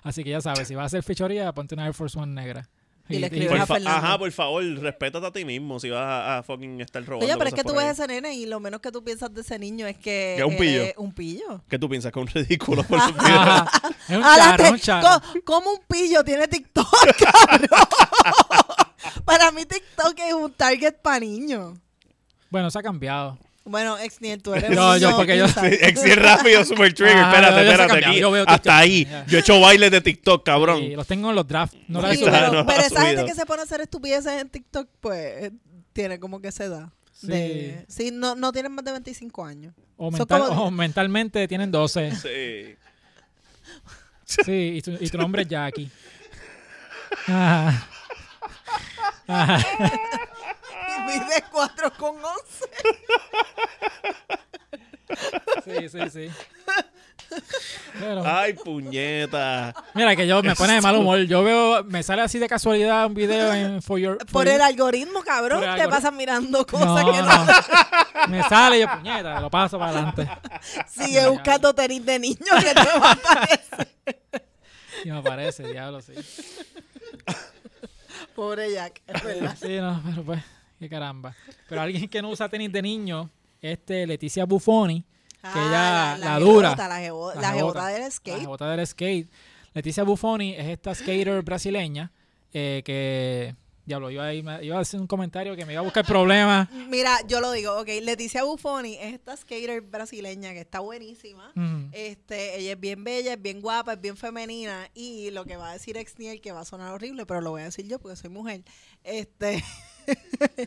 Speaker 1: Así que ya sabes, si vas a hacer fichoría, ponte una Air Force One negra.
Speaker 3: Y le escribes
Speaker 2: Por
Speaker 3: Deja
Speaker 2: fa-
Speaker 3: Fernando.
Speaker 2: Ajá, por favor, respétate a ti mismo si vas a, a fucking estar robando.
Speaker 3: Oye, pero es
Speaker 2: cosas
Speaker 3: que
Speaker 2: por
Speaker 3: tú ves
Speaker 2: ahí.
Speaker 3: ese nene y lo menos que tú piensas de ese niño es que.
Speaker 2: Que es un pillo.
Speaker 3: es un pillo.
Speaker 2: ¿Qué tú piensas? Que es un ridículo por su vida.
Speaker 1: Ajá. Es un
Speaker 3: A la
Speaker 1: charro,
Speaker 3: te-
Speaker 1: un charro.
Speaker 3: co- ¿Cómo un pillo tiene TikTok, cabrón? Para mí TikTok es un target para niños.
Speaker 1: Bueno, se ha cambiado.
Speaker 3: Bueno, ex ni tú eres
Speaker 1: No,
Speaker 3: un
Speaker 1: yo,
Speaker 3: niño
Speaker 1: porque yo-
Speaker 3: quizás.
Speaker 2: Sí, ex y rápido, super trigger.
Speaker 1: Ah,
Speaker 2: espérate,
Speaker 1: no, ya se
Speaker 2: espérate.
Speaker 1: ha cambiado.
Speaker 2: aquí,
Speaker 1: Yo veo
Speaker 2: hasta
Speaker 1: TikTok,
Speaker 2: ahí.
Speaker 1: ya.
Speaker 2: Yo he hecho bailes de TikTok, cabrón.
Speaker 1: Y los tengo en los drafts. No los he
Speaker 3: Sí,
Speaker 2: Eso
Speaker 1: subido.
Speaker 2: no
Speaker 3: pero,
Speaker 2: lo
Speaker 3: pero
Speaker 2: ha
Speaker 3: esa gente
Speaker 2: subido.
Speaker 3: que se pone a hacer estupideces en TikTok, pues tiene como que esa edad.
Speaker 1: Sí.
Speaker 3: De, sí, no, no tienen más de 25 años.
Speaker 1: O,
Speaker 3: Son
Speaker 1: mental-
Speaker 3: como-
Speaker 1: o mentalmente tienen 12.
Speaker 2: Sí.
Speaker 1: Sí, y tu, y tu nombre es Jackie. Ajá. Ajá.
Speaker 3: Y mide 4 con 11.
Speaker 1: Sí, sí, sí. Pero,
Speaker 3: Ah.
Speaker 2: Ay, puñeta.
Speaker 1: mira, que yo me pone de mal humor. Yo veo, me sale así de casualidad un video en For Your. For
Speaker 3: Por
Speaker 1: You.
Speaker 3: el algoritmo, cabrón,
Speaker 1: Por el
Speaker 3: te
Speaker 1: algoritmo.
Speaker 3: pasas mirando cosas
Speaker 1: No,
Speaker 3: que no.
Speaker 1: no. Me sale y yo, puñeta, lo paso para adelante.
Speaker 3: Sigue buscando tenis de niños que te va a aparecer.
Speaker 1: Y me aparece, diablo, sí.
Speaker 3: Pobre Jack, es verdad.
Speaker 1: Sí, no, pero pues, qué caramba. Pero alguien que no usa tenis de niño, este Leticia Buffoni, que ella, la, dura.
Speaker 3: jebota, Ah, la, jebo-
Speaker 1: La
Speaker 3: la
Speaker 1: jebota.
Speaker 3: jebota del
Speaker 1: La
Speaker 3: skate.
Speaker 1: jota del skate. Leticia Buffoni es esta skater brasileña eh, que. Diablo, yo ahí me- iba a hacer un comentario que me iba a buscar problemas.
Speaker 3: Mira, yo lo digo, ok, Leticia Buffoni es esta skater brasileña que está buenísima.
Speaker 1: Mm.
Speaker 3: Este, ella es bien bella, es bien guapa, es bien femenina y lo que va a decir Exniel que va a sonar horrible, pero lo voy a decir yo porque soy mujer. Este,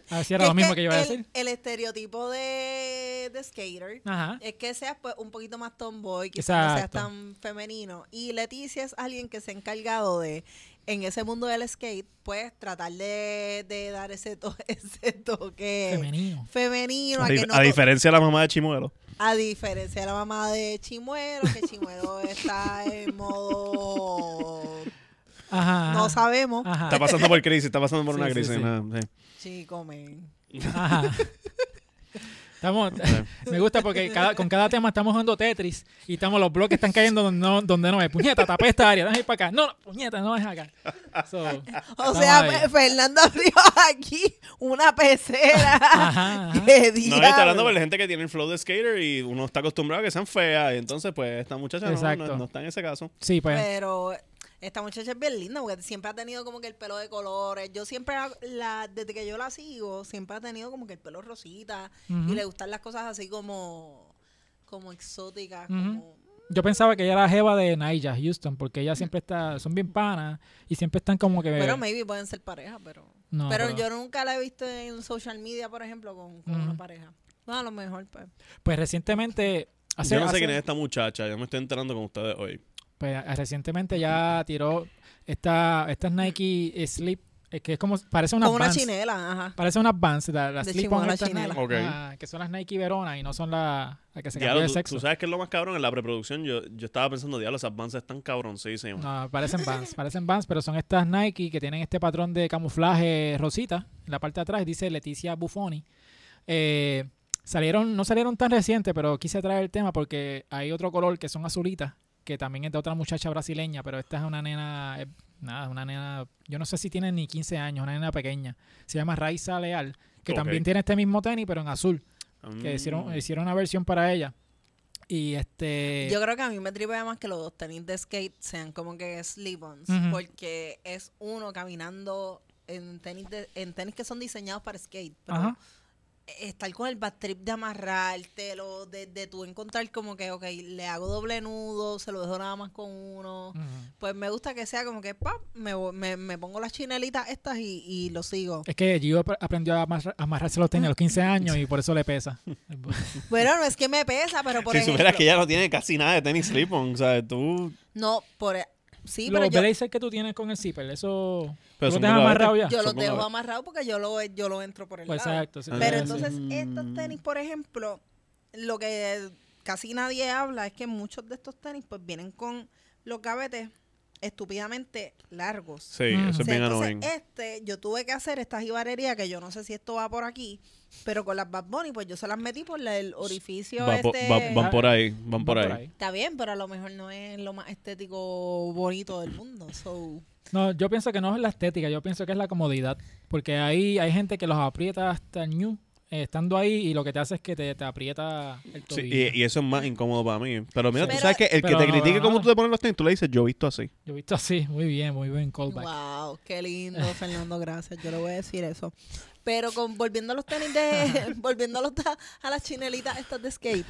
Speaker 1: A ver si era lo
Speaker 3: es
Speaker 1: mismo que yo iba a
Speaker 3: el-
Speaker 1: decir.
Speaker 3: El estereotipo de, de skater
Speaker 1: Ajá.
Speaker 3: es que seas pues, un poquito más tomboy, quizás no seas
Speaker 1: Exacto.
Speaker 3: tan femenino. Y Leticia es alguien que se ha encargado de, en ese mundo del skate, pues tratar de, de dar ese, to- ese toque
Speaker 1: Femenino.
Speaker 3: femenino,
Speaker 2: A,
Speaker 3: a,
Speaker 2: dif-
Speaker 3: que no
Speaker 2: a
Speaker 3: to-
Speaker 2: diferencia de la mamá de Chimuelo.
Speaker 3: a diferencia de la mamá de Chimuelo, que Chimuelo está en modo...
Speaker 1: Ajá.
Speaker 3: No sabemos.
Speaker 1: Ajá.
Speaker 2: Está pasando por crisis, está pasando por
Speaker 1: Sí,
Speaker 2: una
Speaker 1: sí,
Speaker 2: crisis.
Speaker 1: sí.
Speaker 2: nada, sí.
Speaker 3: Chico, men.
Speaker 1: Ajá. Estamos, me gusta porque cada- con cada tema estamos jugando Tetris y estamos los bloques están cayendo donde no, donde no es. Puñeta, tapé esta área, déjame ir para acá. No, no, puñeta, no es acá. So,
Speaker 3: O
Speaker 1: estamos
Speaker 3: sea,
Speaker 1: ahí.
Speaker 3: Fe- Fernando abrió aquí una pecera.
Speaker 1: Ajá, ajá.
Speaker 3: ¡Qué
Speaker 2: No,
Speaker 3: diablo!
Speaker 2: está hablando por la gente que tiene el flow de skater y uno está acostumbrado a que sean feas. Y entonces, pues, esta muchacha no,
Speaker 1: Exacto.
Speaker 2: no, no está en ese caso.
Speaker 1: Sí, pues.
Speaker 3: Pero esta muchacha es bien linda porque siempre ha tenido como que el pelo de colores. Yo siempre, la- la, desde que yo la sigo, siempre ha tenido como que el pelo rosita
Speaker 1: Ujú.
Speaker 3: y le gustan las cosas así como, como exóticas.
Speaker 1: Ujú. Eh.
Speaker 3: como-
Speaker 1: Yo pensaba que ella era jeva de Naija Houston, porque ella siempre está, son bien panas y siempre están como que...
Speaker 3: Bueno, maybe pueden ser pareja, pero...
Speaker 1: No,
Speaker 3: pero, yo nunca la he visto en social media, por ejemplo, con, con
Speaker 1: Ujú.
Speaker 3: una pareja. No, a lo mejor, pues.
Speaker 1: Pues recientemente. hace-
Speaker 2: yo no sé
Speaker 1: hace-
Speaker 2: quién es esta muchacha, yo me estoy enterando con ustedes hoy.
Speaker 1: Pues a- recientemente ya tiró esta, estas Nike eh, Slip, eh, que es como, parece una
Speaker 3: Con una
Speaker 1: Vans.
Speaker 3: chinela, ajá.
Speaker 1: Parece unas Vans, la- las
Speaker 3: De
Speaker 1: Slip
Speaker 3: chimuelo
Speaker 1: on
Speaker 3: a
Speaker 1: estas
Speaker 3: chinela.
Speaker 1: Nike,
Speaker 2: Ok.
Speaker 1: ah, que son las Nike Verona y no son las la que se cambió
Speaker 2: Diablo,
Speaker 1: de
Speaker 2: tú,
Speaker 1: sexo.
Speaker 2: tú sabes que es lo más cabrón en la preproducción. Yo, yo estaba pensando, diablo, esas bandas están cabroncísimas.
Speaker 1: No, parecen Vans, parecen Vans, pero son estas Nike que tienen este patrón de camuflaje rosita en la parte de atrás, dice Leticia Buffoni. Eh, salieron, no salieron tan recientes, pero quise traer el tema porque hay otro color que son azulitas, que también es de otra muchacha brasileña, pero esta es una nena, eh, nada, una nena, yo no sé si tiene ni 15 años, una nena pequeña, se llama Raiza Leal, que
Speaker 2: Ok.
Speaker 1: también tiene este mismo tenis, pero en azul, que
Speaker 2: Mm.
Speaker 1: hicieron, hicieron una versión para ella. Y este...
Speaker 3: Yo creo que a mí me tripea más que los dos tenis de skate sean como que slip-ons,
Speaker 1: Ujú.
Speaker 3: porque es uno caminando en tenis, de- en tenis que son diseñados para skate. Pero
Speaker 1: Ajá.
Speaker 3: estar con el bad trip de amarrártelo, de, de tú encontrar como que, ok, le hago doble nudo, se lo dejo nada más con uno.
Speaker 1: Ujú.
Speaker 3: Pues me gusta que sea como que, pap, me, vo- me, me pongo las chinelitas estas y, y lo sigo.
Speaker 1: Es que Gio ap- aprendió a amarra- a amarrarse los tenis a los 15
Speaker 3: Ah.
Speaker 1: años y por eso le pesa.
Speaker 3: Bueno, no es que me pesa, pero por
Speaker 2: si
Speaker 3: ejemplo...
Speaker 2: supieras que ella no tiene casi nada de tenis slip-on, o sea, tú...
Speaker 3: No, por... e, Sí,
Speaker 1: los
Speaker 3: pero yo,
Speaker 1: blazers que tú tienes con el zipper, eso...
Speaker 2: Pero
Speaker 1: ¿Tú
Speaker 2: son
Speaker 1: te has
Speaker 2: como
Speaker 1: amarrado ya?
Speaker 2: abejas.
Speaker 3: yo
Speaker 2: son
Speaker 3: los
Speaker 2: como
Speaker 3: dejo
Speaker 2: abejas.
Speaker 3: amarrados porque yo lo, yo lo entro por el
Speaker 1: Pues
Speaker 3: lado.
Speaker 1: exacto. sí,
Speaker 2: Ah,
Speaker 3: Pero
Speaker 1: sí.
Speaker 3: entonces
Speaker 2: Mm.
Speaker 3: estos tenis, por ejemplo, lo que casi nadie habla es que muchos de estos tenis pues vienen con los gavetes estúpidamente largos.
Speaker 2: Sí,
Speaker 1: Mm.
Speaker 2: eso
Speaker 1: Sí,
Speaker 2: es bien
Speaker 3: entonces,
Speaker 2: annoying.
Speaker 3: este, yo tuve que hacer esta jibarería que yo no sé si esto va por aquí, pero con las Bad Bunny, pues yo se las metí por la- el orificio
Speaker 2: Va po-
Speaker 3: este.
Speaker 2: va-
Speaker 1: Ah.
Speaker 2: van por ahí, van por ahí.
Speaker 3: Está bien, pero a lo mejor no es lo más estético bonito del mundo. So,
Speaker 1: No, yo pienso que no es la estética, yo pienso que es la comodidad. Porque ahí hay gente que los aprieta hasta el new, eh, estando ahí, y lo que te hace es que te, te aprieta el
Speaker 2: Sí,
Speaker 1: tobillo.
Speaker 2: y, y eso es más incómodo para mí. Pero mira,
Speaker 3: Pero-
Speaker 2: tú sabes que el que
Speaker 1: Pero
Speaker 2: te
Speaker 1: no,
Speaker 2: critique
Speaker 1: pero
Speaker 2: cómo
Speaker 1: nada.
Speaker 2: tú te pones los tenis, tú le dices, yo he visto así.
Speaker 1: Yo he visto así, muy bien, muy bien callback.
Speaker 3: wow, qué lindo, Fernando, gracias. Yo le voy a decir eso. Pero con, volviendo a los tenis de, volviendo a, los ta- a las chinelitas estas de skate,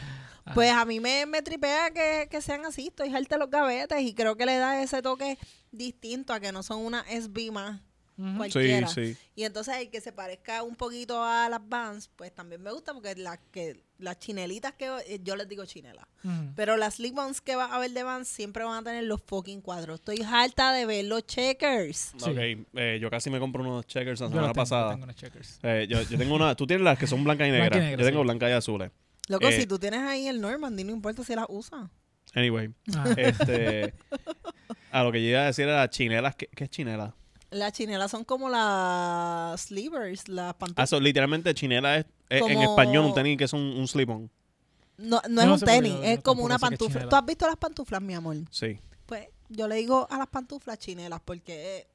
Speaker 3: pues a mí me, me tripea que, que sean así, estoy harta de los gavetes y creo que le da ese toque distinto a que no son una SB más.
Speaker 1: Ujú.
Speaker 3: cualquiera.
Speaker 2: Sí, sí.
Speaker 3: Y entonces el que se parezca un poquito a las Vans, pues también me gusta porque las que las chinelitas que eh, yo les digo chinelas,
Speaker 1: Ujú.
Speaker 3: pero las slip ons que va a ver de Vans siempre van a tener los fucking cuadros. Estoy harta de ver los checkers.
Speaker 1: Sí.
Speaker 2: Ok, eh, yo casi me compro unos checkers la
Speaker 1: Yo
Speaker 2: semana
Speaker 1: los tengo,
Speaker 2: pasada.
Speaker 1: tengo unos checkers.
Speaker 2: Eh, yo, yo tengo una. Tú tienes las que son blancas y
Speaker 1: Blanca y
Speaker 2: negras.
Speaker 1: negra,
Speaker 2: yo tengo
Speaker 1: sí.
Speaker 2: blancas y azules.
Speaker 3: Loco,
Speaker 2: Eh,
Speaker 3: si tú tienes ahí el Normandy, no importa si las usa.
Speaker 2: Anyway,
Speaker 1: Ah,
Speaker 2: este. a lo que yo iba a decir era chinelas. ¿Qué, qué es chinela?
Speaker 3: Las chinelas son como las slivers, las
Speaker 2: Ah,
Speaker 3: pantuflas.
Speaker 2: so, literalmente, chinela es, es en
Speaker 3: Como-
Speaker 2: español un tenis que es un, un slip-on.
Speaker 3: No,
Speaker 1: Yo
Speaker 3: no es
Speaker 1: Ah, no
Speaker 3: un
Speaker 1: sé por qué
Speaker 3: tenis,
Speaker 1: yo-
Speaker 3: es
Speaker 1: yo
Speaker 3: como una
Speaker 1: tampoco sé qué es
Speaker 3: pantufla.
Speaker 1: chinela.
Speaker 3: ¿Tú has visto las pantuflas, mi amor?
Speaker 2: Sí.
Speaker 3: Pues yo le digo a las pantuflas chinelas porque eh,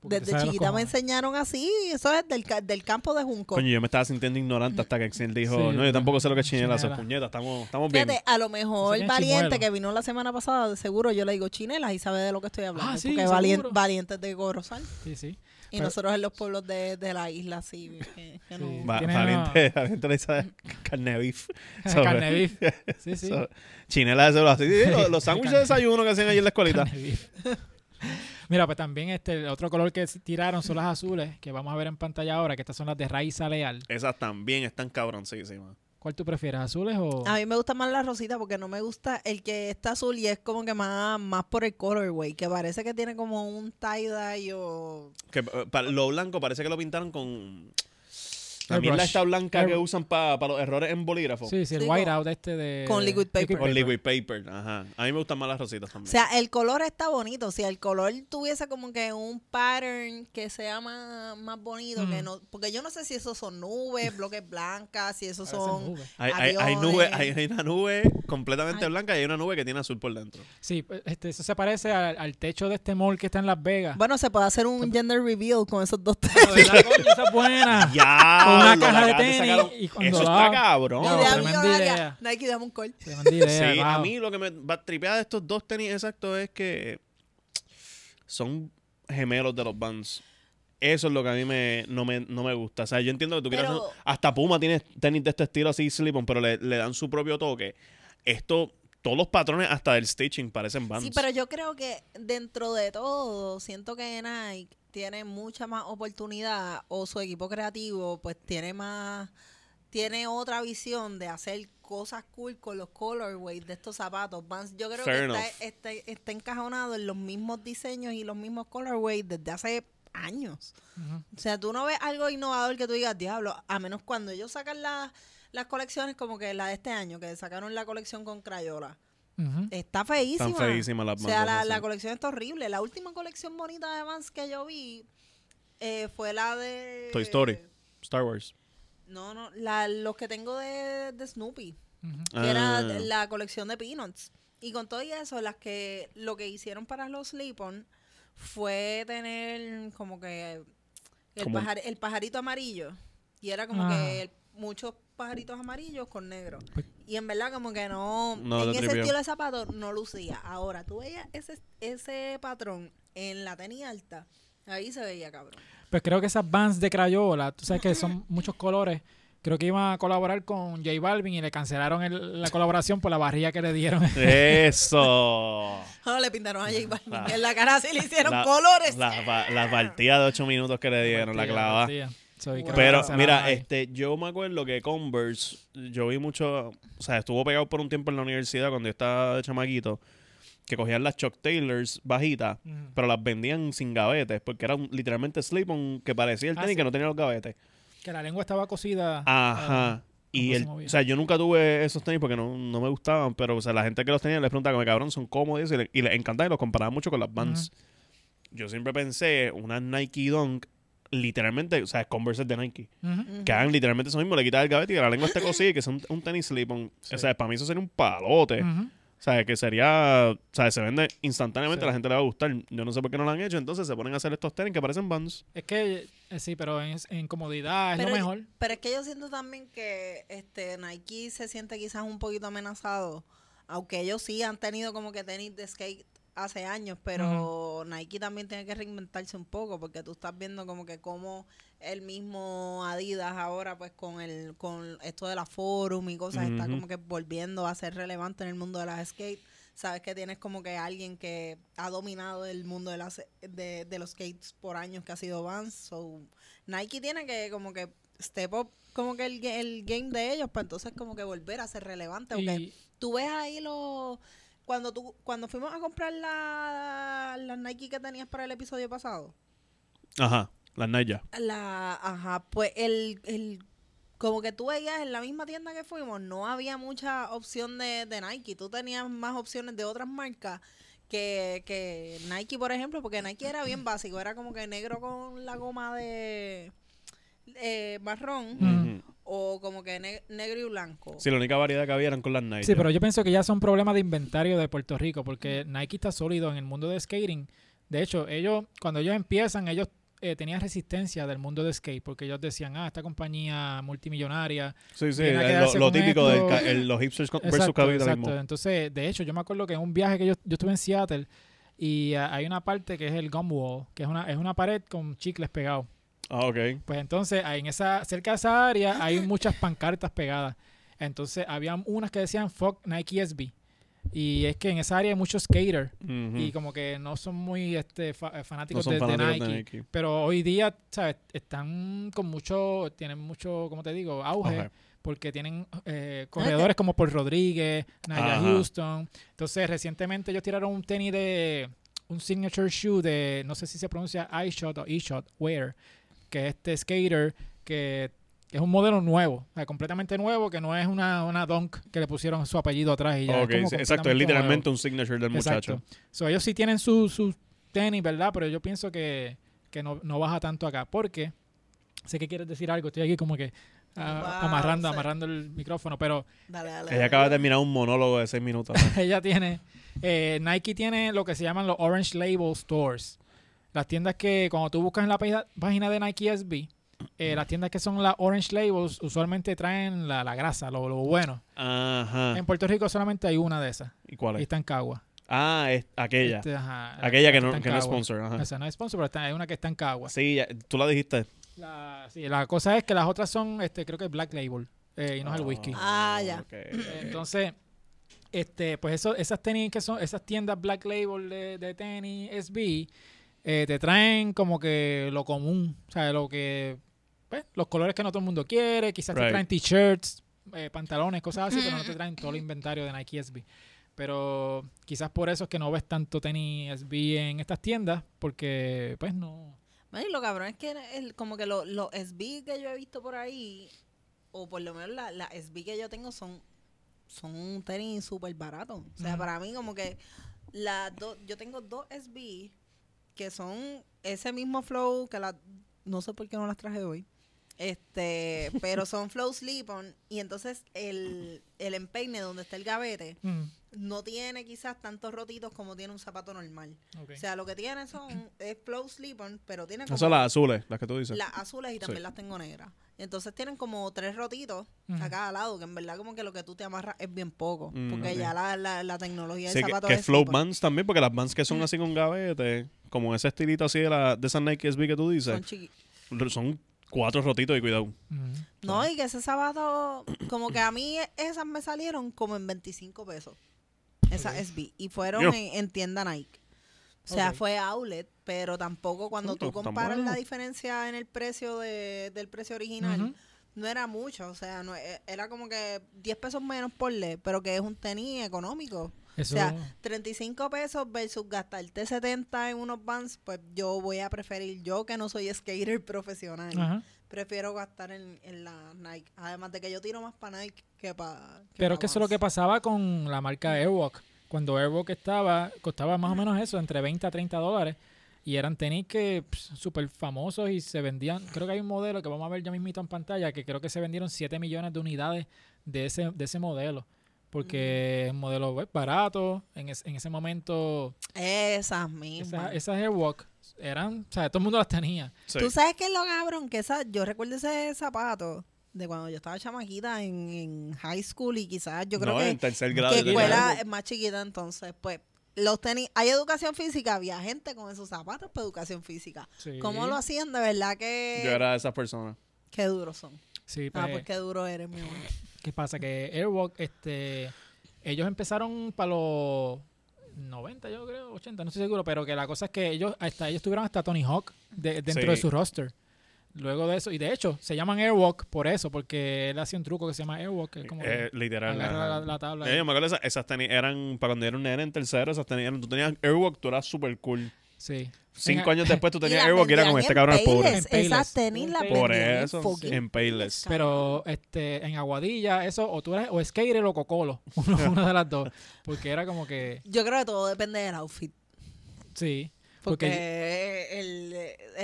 Speaker 1: porque te
Speaker 3: desde
Speaker 1: sabe los
Speaker 3: chiquita me
Speaker 1: cojones.
Speaker 3: enseñaron así. Eso es del, ca- del campo de Junco.
Speaker 2: Coño, yo me estaba sintiendo ignorante hasta que Axel dijo,
Speaker 1: Sí,
Speaker 2: no, yo tampoco sé lo que es chinela,
Speaker 1: chinela.
Speaker 2: esas puñetas, estamos, estamos bien.
Speaker 3: Fíjate, a lo mejor
Speaker 1: Enseñan
Speaker 3: Valiente,
Speaker 1: chimuelo.
Speaker 3: que vino la semana pasada, de seguro yo le digo chinelas y sabe de lo que estoy hablando.
Speaker 1: Ah, sí,
Speaker 3: porque Valien-
Speaker 1: seguro.
Speaker 3: Valiente es de Gorosal.
Speaker 1: Sí, sí.
Speaker 3: Y
Speaker 1: Pero-
Speaker 3: nosotros en los pueblos de, de la isla, así. que- que no-
Speaker 1: Sí.
Speaker 2: Va-
Speaker 1: Tiene
Speaker 2: valiente, valiente le dice carne beef. Sobre-
Speaker 1: Carne beef. Sí, sí.
Speaker 2: sobre- Chinela de celular. Sí, sí, los, los sándwiches de
Speaker 1: Carne-
Speaker 2: desayuno que hacen allí en la escuelita.
Speaker 1: Carne viva. Mira, pues también este el otro color que s- tiraron son las azules, que vamos a ver en pantalla ahora, que estas son las de Raiza Leal.
Speaker 2: Esas también están cabroncísimas.
Speaker 1: ¿Cuál tú prefieres, azules o...?
Speaker 3: A mí me gusta más la rosita porque no me gusta el que está azul y es como que más, más por el colorway, que parece que tiene como un tie-dye o...
Speaker 2: Que, eh, pa- lo blanco parece que lo pintaron con... La
Speaker 1: Airbrush.
Speaker 2: mierda esta blanca que
Speaker 1: Airbrush.
Speaker 2: usan para los errores en bolígrafo.
Speaker 1: Sí, sí, el
Speaker 3: Sí, con-
Speaker 1: white out este de...
Speaker 3: con liquid paper.
Speaker 2: Con liquid paper. Ajá. A mí me gustan más las rositas
Speaker 3: O
Speaker 2: también.
Speaker 3: sea, el color está bonito. Si el color tuviese como que un pattern que sea más, más bonito, que
Speaker 1: Mm.
Speaker 3: no... Porque yo no sé si esos son nubes, bloques blancas, si esos
Speaker 1: Parecen
Speaker 3: son...
Speaker 1: nubes.
Speaker 2: hay, hay, hay
Speaker 3: aviones.
Speaker 2: nube, hay, hay una nube completamente
Speaker 3: eh. Ay.
Speaker 2: blanca y hay una nube que tiene azul por dentro.
Speaker 1: Sí, pues, este, eso se parece al, al techo de este mall que está en Las Vegas.
Speaker 3: Bueno, se puede hacer
Speaker 1: Pues
Speaker 3: un gender reveal con esos dos temas.
Speaker 1: No, ¿verdad, coño? Esa es buena. Con
Speaker 2: Ya,
Speaker 1: una
Speaker 2: lo
Speaker 1: caja de
Speaker 2: acaban
Speaker 1: tenis
Speaker 2: sacar.
Speaker 1: y cuando
Speaker 2: Eso
Speaker 1: la-
Speaker 2: está cabrón.
Speaker 1: No,
Speaker 3: Y de
Speaker 1: tremenda
Speaker 3: avión allá,
Speaker 1: idea.
Speaker 3: Nike, dame un call.
Speaker 1: Tremenda idea,
Speaker 2: Sí, a
Speaker 1: wow.
Speaker 2: mí lo que me va tripear de estos dos tenis exactos es que son gemelos de los Vans. Eso es lo que a mí me, no, me, no me gusta. O sea, yo entiendo que tú quieras...
Speaker 3: Pero-
Speaker 2: Hasta Puma tiene tenis de este estilo así, slip-on, pero le, le dan su propio toque. Esto, todos los patrones hasta del stitching parecen Vans.
Speaker 3: Sí, pero yo creo que dentro de todo, siento que Nike tiene mucha más oportunidad o su equipo creativo pues tiene más tiene otra visión de hacer cosas cool con los colorways de estos zapatos. Vans, yo creo
Speaker 2: Fair
Speaker 3: que está,
Speaker 2: enough.
Speaker 3: está, está encajonado en los mismos diseños y los mismos colorways desde hace años.
Speaker 1: Ujú.
Speaker 3: O sea, tú no ves algo innovador que tú digas, diablo, a menos cuando ellos sacan las las colecciones como que la de este año, que sacaron la colección con Crayola.
Speaker 1: Ujú.
Speaker 3: Está feísima.
Speaker 2: Están feísimas las
Speaker 3: O sea, la,
Speaker 2: mangas,
Speaker 3: la
Speaker 2: sí.
Speaker 3: colección está horrible. La última colección bonita de Vans que yo vi eh, fue la de...
Speaker 2: Toy Story. Star Wars.
Speaker 3: No, no, la, los que tengo de, de Snoopy,
Speaker 1: Ujú.
Speaker 3: que era
Speaker 2: Ah.
Speaker 3: la colección de Peanuts. Y con todo y eso, las que lo que hicieron para los Slip-On fue tener como que el,
Speaker 2: Como-
Speaker 3: pajar- el pajarito amarillo. Y era como
Speaker 1: Ah.
Speaker 3: que el- muchos pajaritos amarillos con negro.
Speaker 1: Pues-
Speaker 3: Y en verdad como que no,
Speaker 2: No
Speaker 3: en
Speaker 2: te
Speaker 3: ese
Speaker 2: tripeó.
Speaker 3: estilo de zapato no lucía. Ahora, tú veías ese, ese patrón en la tenis alta, ahí se veía cabrón.
Speaker 1: Pues creo que esas bands de Crayola, tú sabes que son muchos colores. Creo que iban a colaborar con J Balvin y le cancelaron el- la colaboración por la barriga que le dieron.
Speaker 2: Eso.
Speaker 3: Ah, le pintaron a J Balvin.
Speaker 2: La-
Speaker 3: en la cara sí le hicieron
Speaker 2: Ah. La-
Speaker 3: colores.
Speaker 2: Las ba- las partidas de 8 minutos que le dieron, la
Speaker 1: Martilla,
Speaker 2: clava.
Speaker 1: Martilla. So, y creo que
Speaker 2: Pero
Speaker 1: cancelaron
Speaker 2: mira,
Speaker 1: ahí.
Speaker 2: este, yo me acuerdo que Converse, yo vi mucho, o sea, estuvo pegado por un tiempo en la universidad cuando yo estaba de chamaquito, que cogían las Chuck Taylors bajitas,
Speaker 1: Ujú.
Speaker 2: pero las vendían sin gavetes, porque era un- literalmente slip-on que parecía el
Speaker 1: Ah,
Speaker 2: tenis
Speaker 1: sí. Ah,
Speaker 2: que no tenía los gavetes.
Speaker 1: Que la lengua estaba cocida.
Speaker 2: Ajá. Y
Speaker 1: ¿cómo se
Speaker 2: el,
Speaker 1: movía?
Speaker 2: o sea, yo nunca tuve esos tenis porque no, no me gustaban, pero o sea, la gente que los tenía les preguntaba, como cabrón, son cómodos y le- y les encantaban y los comparaba mucho con las Vans. Yo siempre pensé, unas Nike Dunk, literalmente, o sea, Converse es de Nike
Speaker 1: eh, Ujú.
Speaker 2: que hagan literalmente eso mismo, le quitas el gavete y que la lengua esté cosida y que sea un, un tenis slip on.
Speaker 1: Sí.
Speaker 2: O sea, para mí eso sería un palote.
Speaker 1: Ujú.
Speaker 2: O sea, que sería. O sea, se vende instantáneamente,
Speaker 1: Sí.
Speaker 2: a la gente le va a gustar. Yo no sé por qué no lo han hecho, entonces se ponen a hacer estos tenis que parecen bands.
Speaker 1: Es que eh, sí, pero en, en comodidad es
Speaker 3: Pero
Speaker 1: lo
Speaker 3: yo-
Speaker 1: mejor.
Speaker 3: Pero es que yo siento también que este Nike se siente quizás un poquito amenazado, aunque ellos sí han tenido como que tenis de skate hace años, pero Nike también tiene que reinventarse un poco porque tú estás viendo como que como el mismo Adidas ahora pues con el con esto de la forum y cosas está
Speaker 2: Ujú.
Speaker 3: como que volviendo a ser relevante en el mundo de las skate. Sabes que tienes como que alguien que ha dominado el mundo de, las, de, de los skates por años que ha sido Vans, so Nike tiene que como que step up como que el, ga- el game de ellos para entonces como que volver a ser relevante. Porque
Speaker 1: Y-
Speaker 3: tú ves ahí los... Cuando, tú, cuando fuimos a comprar la- las Nike que tenías para el episodio pasado,
Speaker 2: Ajá, las Naya.
Speaker 3: la, ajá, pues el, el, como que tú veías en la misma tienda que fuimos, no había mucha opción de, de Nike. Tú tenías más opciones de otras marcas que, que Nike, por ejemplo, porque Nike era bien básico, era como que negro con la goma de eh, marrón
Speaker 1: Mm.
Speaker 3: o como que ne- negro y blanco.
Speaker 2: Sí, la única variedad que había eran con las Naya.
Speaker 1: sí, pero yo pienso que ya son problemas de inventario de Puerto Rico, porque Nike está sólido en el mundo de skating. De hecho, ellos, cuando ellos empiezan, ellos eh, tenían resistencia del mundo de skate, porque ellos decían, ah, esta compañía multimillonaria.
Speaker 2: Sí, sí,
Speaker 1: Viene a
Speaker 2: el-
Speaker 1: quedarse
Speaker 2: lo, lo
Speaker 1: con
Speaker 2: típico
Speaker 1: esto.
Speaker 2: de los hipsters con- versus
Speaker 1: Exacto,
Speaker 2: capitalismo.
Speaker 1: exacto. Entonces, de hecho, yo me acuerdo que en un viaje que yo, yo estuve en Seattle, y ah, hay una parte que es el gum wall, que es una, es una pared con chicles pegados.
Speaker 2: Ah, ok.
Speaker 1: Pues entonces, ahí en esa, cerca de esa área hay muchas pancartas pegadas. Entonces, había unas que decían Fuck Nike SB. Y es que en esa área hay muchos skaters.
Speaker 2: Ujú.
Speaker 1: Y como que no son muy este, fa- eh,
Speaker 2: No
Speaker 1: fanáticos,
Speaker 2: son
Speaker 1: de, de
Speaker 2: fanáticos
Speaker 1: Nike.
Speaker 2: de Nike.
Speaker 1: Pero hoy día, ¿sabes? Están con mucho, tienen mucho, ¿cómo te digo? Auge.
Speaker 2: Ok.
Speaker 1: Porque tienen eh, corredores como Paul Rodríguez, Naya
Speaker 2: Ajá.
Speaker 1: Houston. Entonces, recientemente ellos tiraron un tenis de, un signature shoe de, no sé si se pronuncia iShot o eShot, Wear, que es este skater que es un modelo nuevo, o sea, completamente nuevo, que no es una, una dunk que le pusieron su apellido atrás y ya.
Speaker 2: Ok,
Speaker 1: como
Speaker 2: sí, exacto, es
Speaker 1: completamente
Speaker 2: literalmente un signature del
Speaker 1: nuevo.
Speaker 2: muchacho.
Speaker 1: Exacto. So, ellos sí tienen su, su tenis, ¿verdad? Pero yo pienso que, que no, no baja tanto acá, porque sé que quieres decir algo, estoy aquí como que ah,
Speaker 3: Wow,
Speaker 1: amarrando,
Speaker 3: sí.
Speaker 1: amarrando el micrófono, pero
Speaker 3: Dale, dale.
Speaker 2: Ella acaba de terminar un monólogo de 6 minutos.
Speaker 1: ella tiene, eh, Nike tiene lo que se llaman los Orange Label Stores. Las tiendas que cuando tú buscas en la pagi- página de Nike SB, eh, las tiendas que son las Orange Labels usualmente traen la, la grasa, lo, lo bueno.
Speaker 2: Ajá.
Speaker 1: En Puerto Rico solamente hay una de esas.
Speaker 2: ¿Y cuál
Speaker 1: Y
Speaker 2: es?
Speaker 1: está en Cagua.
Speaker 2: Ah, es aquella.
Speaker 1: Este, ajá, la-
Speaker 2: Aquella que
Speaker 1: está
Speaker 2: no,
Speaker 1: en
Speaker 2: que no es
Speaker 1: Cagua.
Speaker 2: sponsor. Ajá.
Speaker 1: Esa no es sponsor, pero está- hay una que está en Cagua.
Speaker 2: Sí, ya- tú la dijiste.
Speaker 1: La, sí, la cosa es que las otras son, este, creo que Black Label eh, y no es el whisky.
Speaker 3: Ah, ya.
Speaker 2: ok.
Speaker 1: Entonces, este, pues eso, esas tenis que son, esas tiendas Black Label de, de tenis SB, eh, te traen como que lo común, o sea, lo que, pues, los colores que no todo el mundo quiere, quizás te
Speaker 2: Right.
Speaker 1: traen t-shirts, eh, pantalones, cosas así, pero no te traen todo el inventario de Nike SB. Pero quizás por eso es que no ves tanto tenis SB en estas tiendas, porque pues no...
Speaker 3: Man, y lo cabrón es que el- como que lo- los SB que yo he visto por ahí, o por lo menos la- las SB que yo tengo son, son un tenis súper barato. O sea,
Speaker 1: Ujú.
Speaker 3: para mí como que las dos, yo tengo dos SB que son ese mismo flow que las, no sé por qué no las traje hoy. Este, pero son flow sleep on y entonces el, el empeine donde está el gavete
Speaker 1: mm,
Speaker 3: no tiene quizás tantos rotitos como tiene un zapato normal.
Speaker 1: ok.
Speaker 3: O sea, lo que tiene son es flow sleep on, pero tiene
Speaker 2: Esas
Speaker 3: como
Speaker 2: son las azules, las que tú dices.
Speaker 3: las azules y también
Speaker 2: Sí.
Speaker 3: las tengo negras. Entonces tienen como tres rotitos
Speaker 1: Ujú.
Speaker 3: a cada lado, que en verdad como que lo que tú te amarras es bien poco,
Speaker 2: Mm,
Speaker 3: porque
Speaker 2: ok.
Speaker 3: ya la, la, la tecnología
Speaker 2: Sí,
Speaker 3: del
Speaker 2: que,
Speaker 3: zapato
Speaker 2: que
Speaker 3: es
Speaker 2: flow
Speaker 3: súper-
Speaker 2: bands también, porque las bands que son así con gavete, como ese estilito así de, la, de esas Nike SB que tú
Speaker 3: son
Speaker 2: dices,
Speaker 3: chiqui-
Speaker 2: son, cuatro rotitos y cuidado.
Speaker 1: Mm.
Speaker 3: No, y que ese zapato, como que a mí esas me salieron como en 25 pesos, esas
Speaker 1: Ok.
Speaker 3: SB, y fueron
Speaker 2: Dios.
Speaker 3: en, en tienda Nike. O sea,
Speaker 1: Ok.
Speaker 3: fue outlet, pero tampoco cuando
Speaker 2: Punto,
Speaker 3: tú
Speaker 2: tan
Speaker 3: comparas la
Speaker 2: bueno.
Speaker 3: diferencia en el precio de- del precio original,
Speaker 1: Ujú.
Speaker 3: No era mucho, o sea, no, e- era como que 10 pesos menos por le, pero que es un tenis económico.
Speaker 1: Eso,
Speaker 3: O sea, 35 pesos versus gastarte 70 en unos Vans, pues yo voy a preferir, yo que no soy skater profesional,
Speaker 1: ajá.
Speaker 3: prefiero gastar en, en la Nike. Además de que yo tiro más para Nike que para...
Speaker 1: Pero es que eso es lo que pasaba con la marca Airwalk. Cuando Airwalk estaba, costaba más o menos eso, entre 20 a 30 dólares. Y eran tenis que pss, súper famosos y se vendían. Creo que hay un modelo que vamos a ver ya mismito en pantalla que creo que se vendieron 7 millones de unidades de ese, de ese modelo.
Speaker 3: Mm.
Speaker 1: Porque es un modelo pues, barato. En, es- en ese momento,
Speaker 3: Esas
Speaker 1: esas,
Speaker 3: mismas.
Speaker 1: esas Airwalk eran. O sea, todo el mundo las tenía.
Speaker 2: Sí.
Speaker 3: Tú sabes que es lo cabrón, que esa, yo recuerdo ese zapato de cuando yo estaba chamaquita en, en high school y quizás yo creo
Speaker 2: no,
Speaker 3: que...
Speaker 2: en tercer grado.
Speaker 1: yo
Speaker 3: que
Speaker 1: tenía
Speaker 3: escuela
Speaker 2: algo.
Speaker 3: es más chiquita entonces, pues los tenis, hay educación física, había gente con esos zapatos para educación física.
Speaker 1: Sí.
Speaker 3: ¿Cómo lo hacían? De verdad que...
Speaker 2: Yo era de esas personas.
Speaker 3: Qué duros son.
Speaker 1: Sí,
Speaker 3: Ah,
Speaker 1: pues,
Speaker 3: pues qué duro eres, mi amor.
Speaker 1: ¿Qué pasa? Que Airwalk, este, ellos empezaron para los 90, yo creo, 80, no estoy seguro, pero que la cosa es que ellos, hasta ellos tuvieron hasta Tony Hawk de- dentro de
Speaker 2: Sí.
Speaker 1: su roster. Luego de eso, y de hecho, se llaman Airwalk por eso, porque él hacía un truco que se llama Airwalk, que es como que
Speaker 2: Eh, literal.
Speaker 1: agarra
Speaker 2: ajá.
Speaker 1: la, la tabla.
Speaker 2: Eh,
Speaker 1: y-
Speaker 2: yo me acuerdo esas, esas tenis eran, para cuando yo era un nene en tercero, esas tenis eran, tú tenías Airwalk, tú eras súper cool.
Speaker 1: sí.
Speaker 2: Cinco
Speaker 1: En-
Speaker 2: años después tú
Speaker 3: Y
Speaker 2: tenías
Speaker 3: las
Speaker 2: Airwalk y era como
Speaker 3: vendían
Speaker 2: este
Speaker 3: en
Speaker 2: cabrón es
Speaker 3: Payless.
Speaker 2: pobre.
Speaker 1: En Payless. E
Speaker 3: Esas tenis las
Speaker 1: Por
Speaker 2: Por
Speaker 3: vendían en
Speaker 2: eso,
Speaker 3: fucking
Speaker 2: en Payless.
Speaker 1: Pero este, en Aguadilla, eso, o tú eres o skater o cocolo, uno, una de las dos. Porque era como que,
Speaker 3: Yo creo que todo depende del outfit.
Speaker 1: sí.
Speaker 3: Porque
Speaker 1: Porque
Speaker 3: el,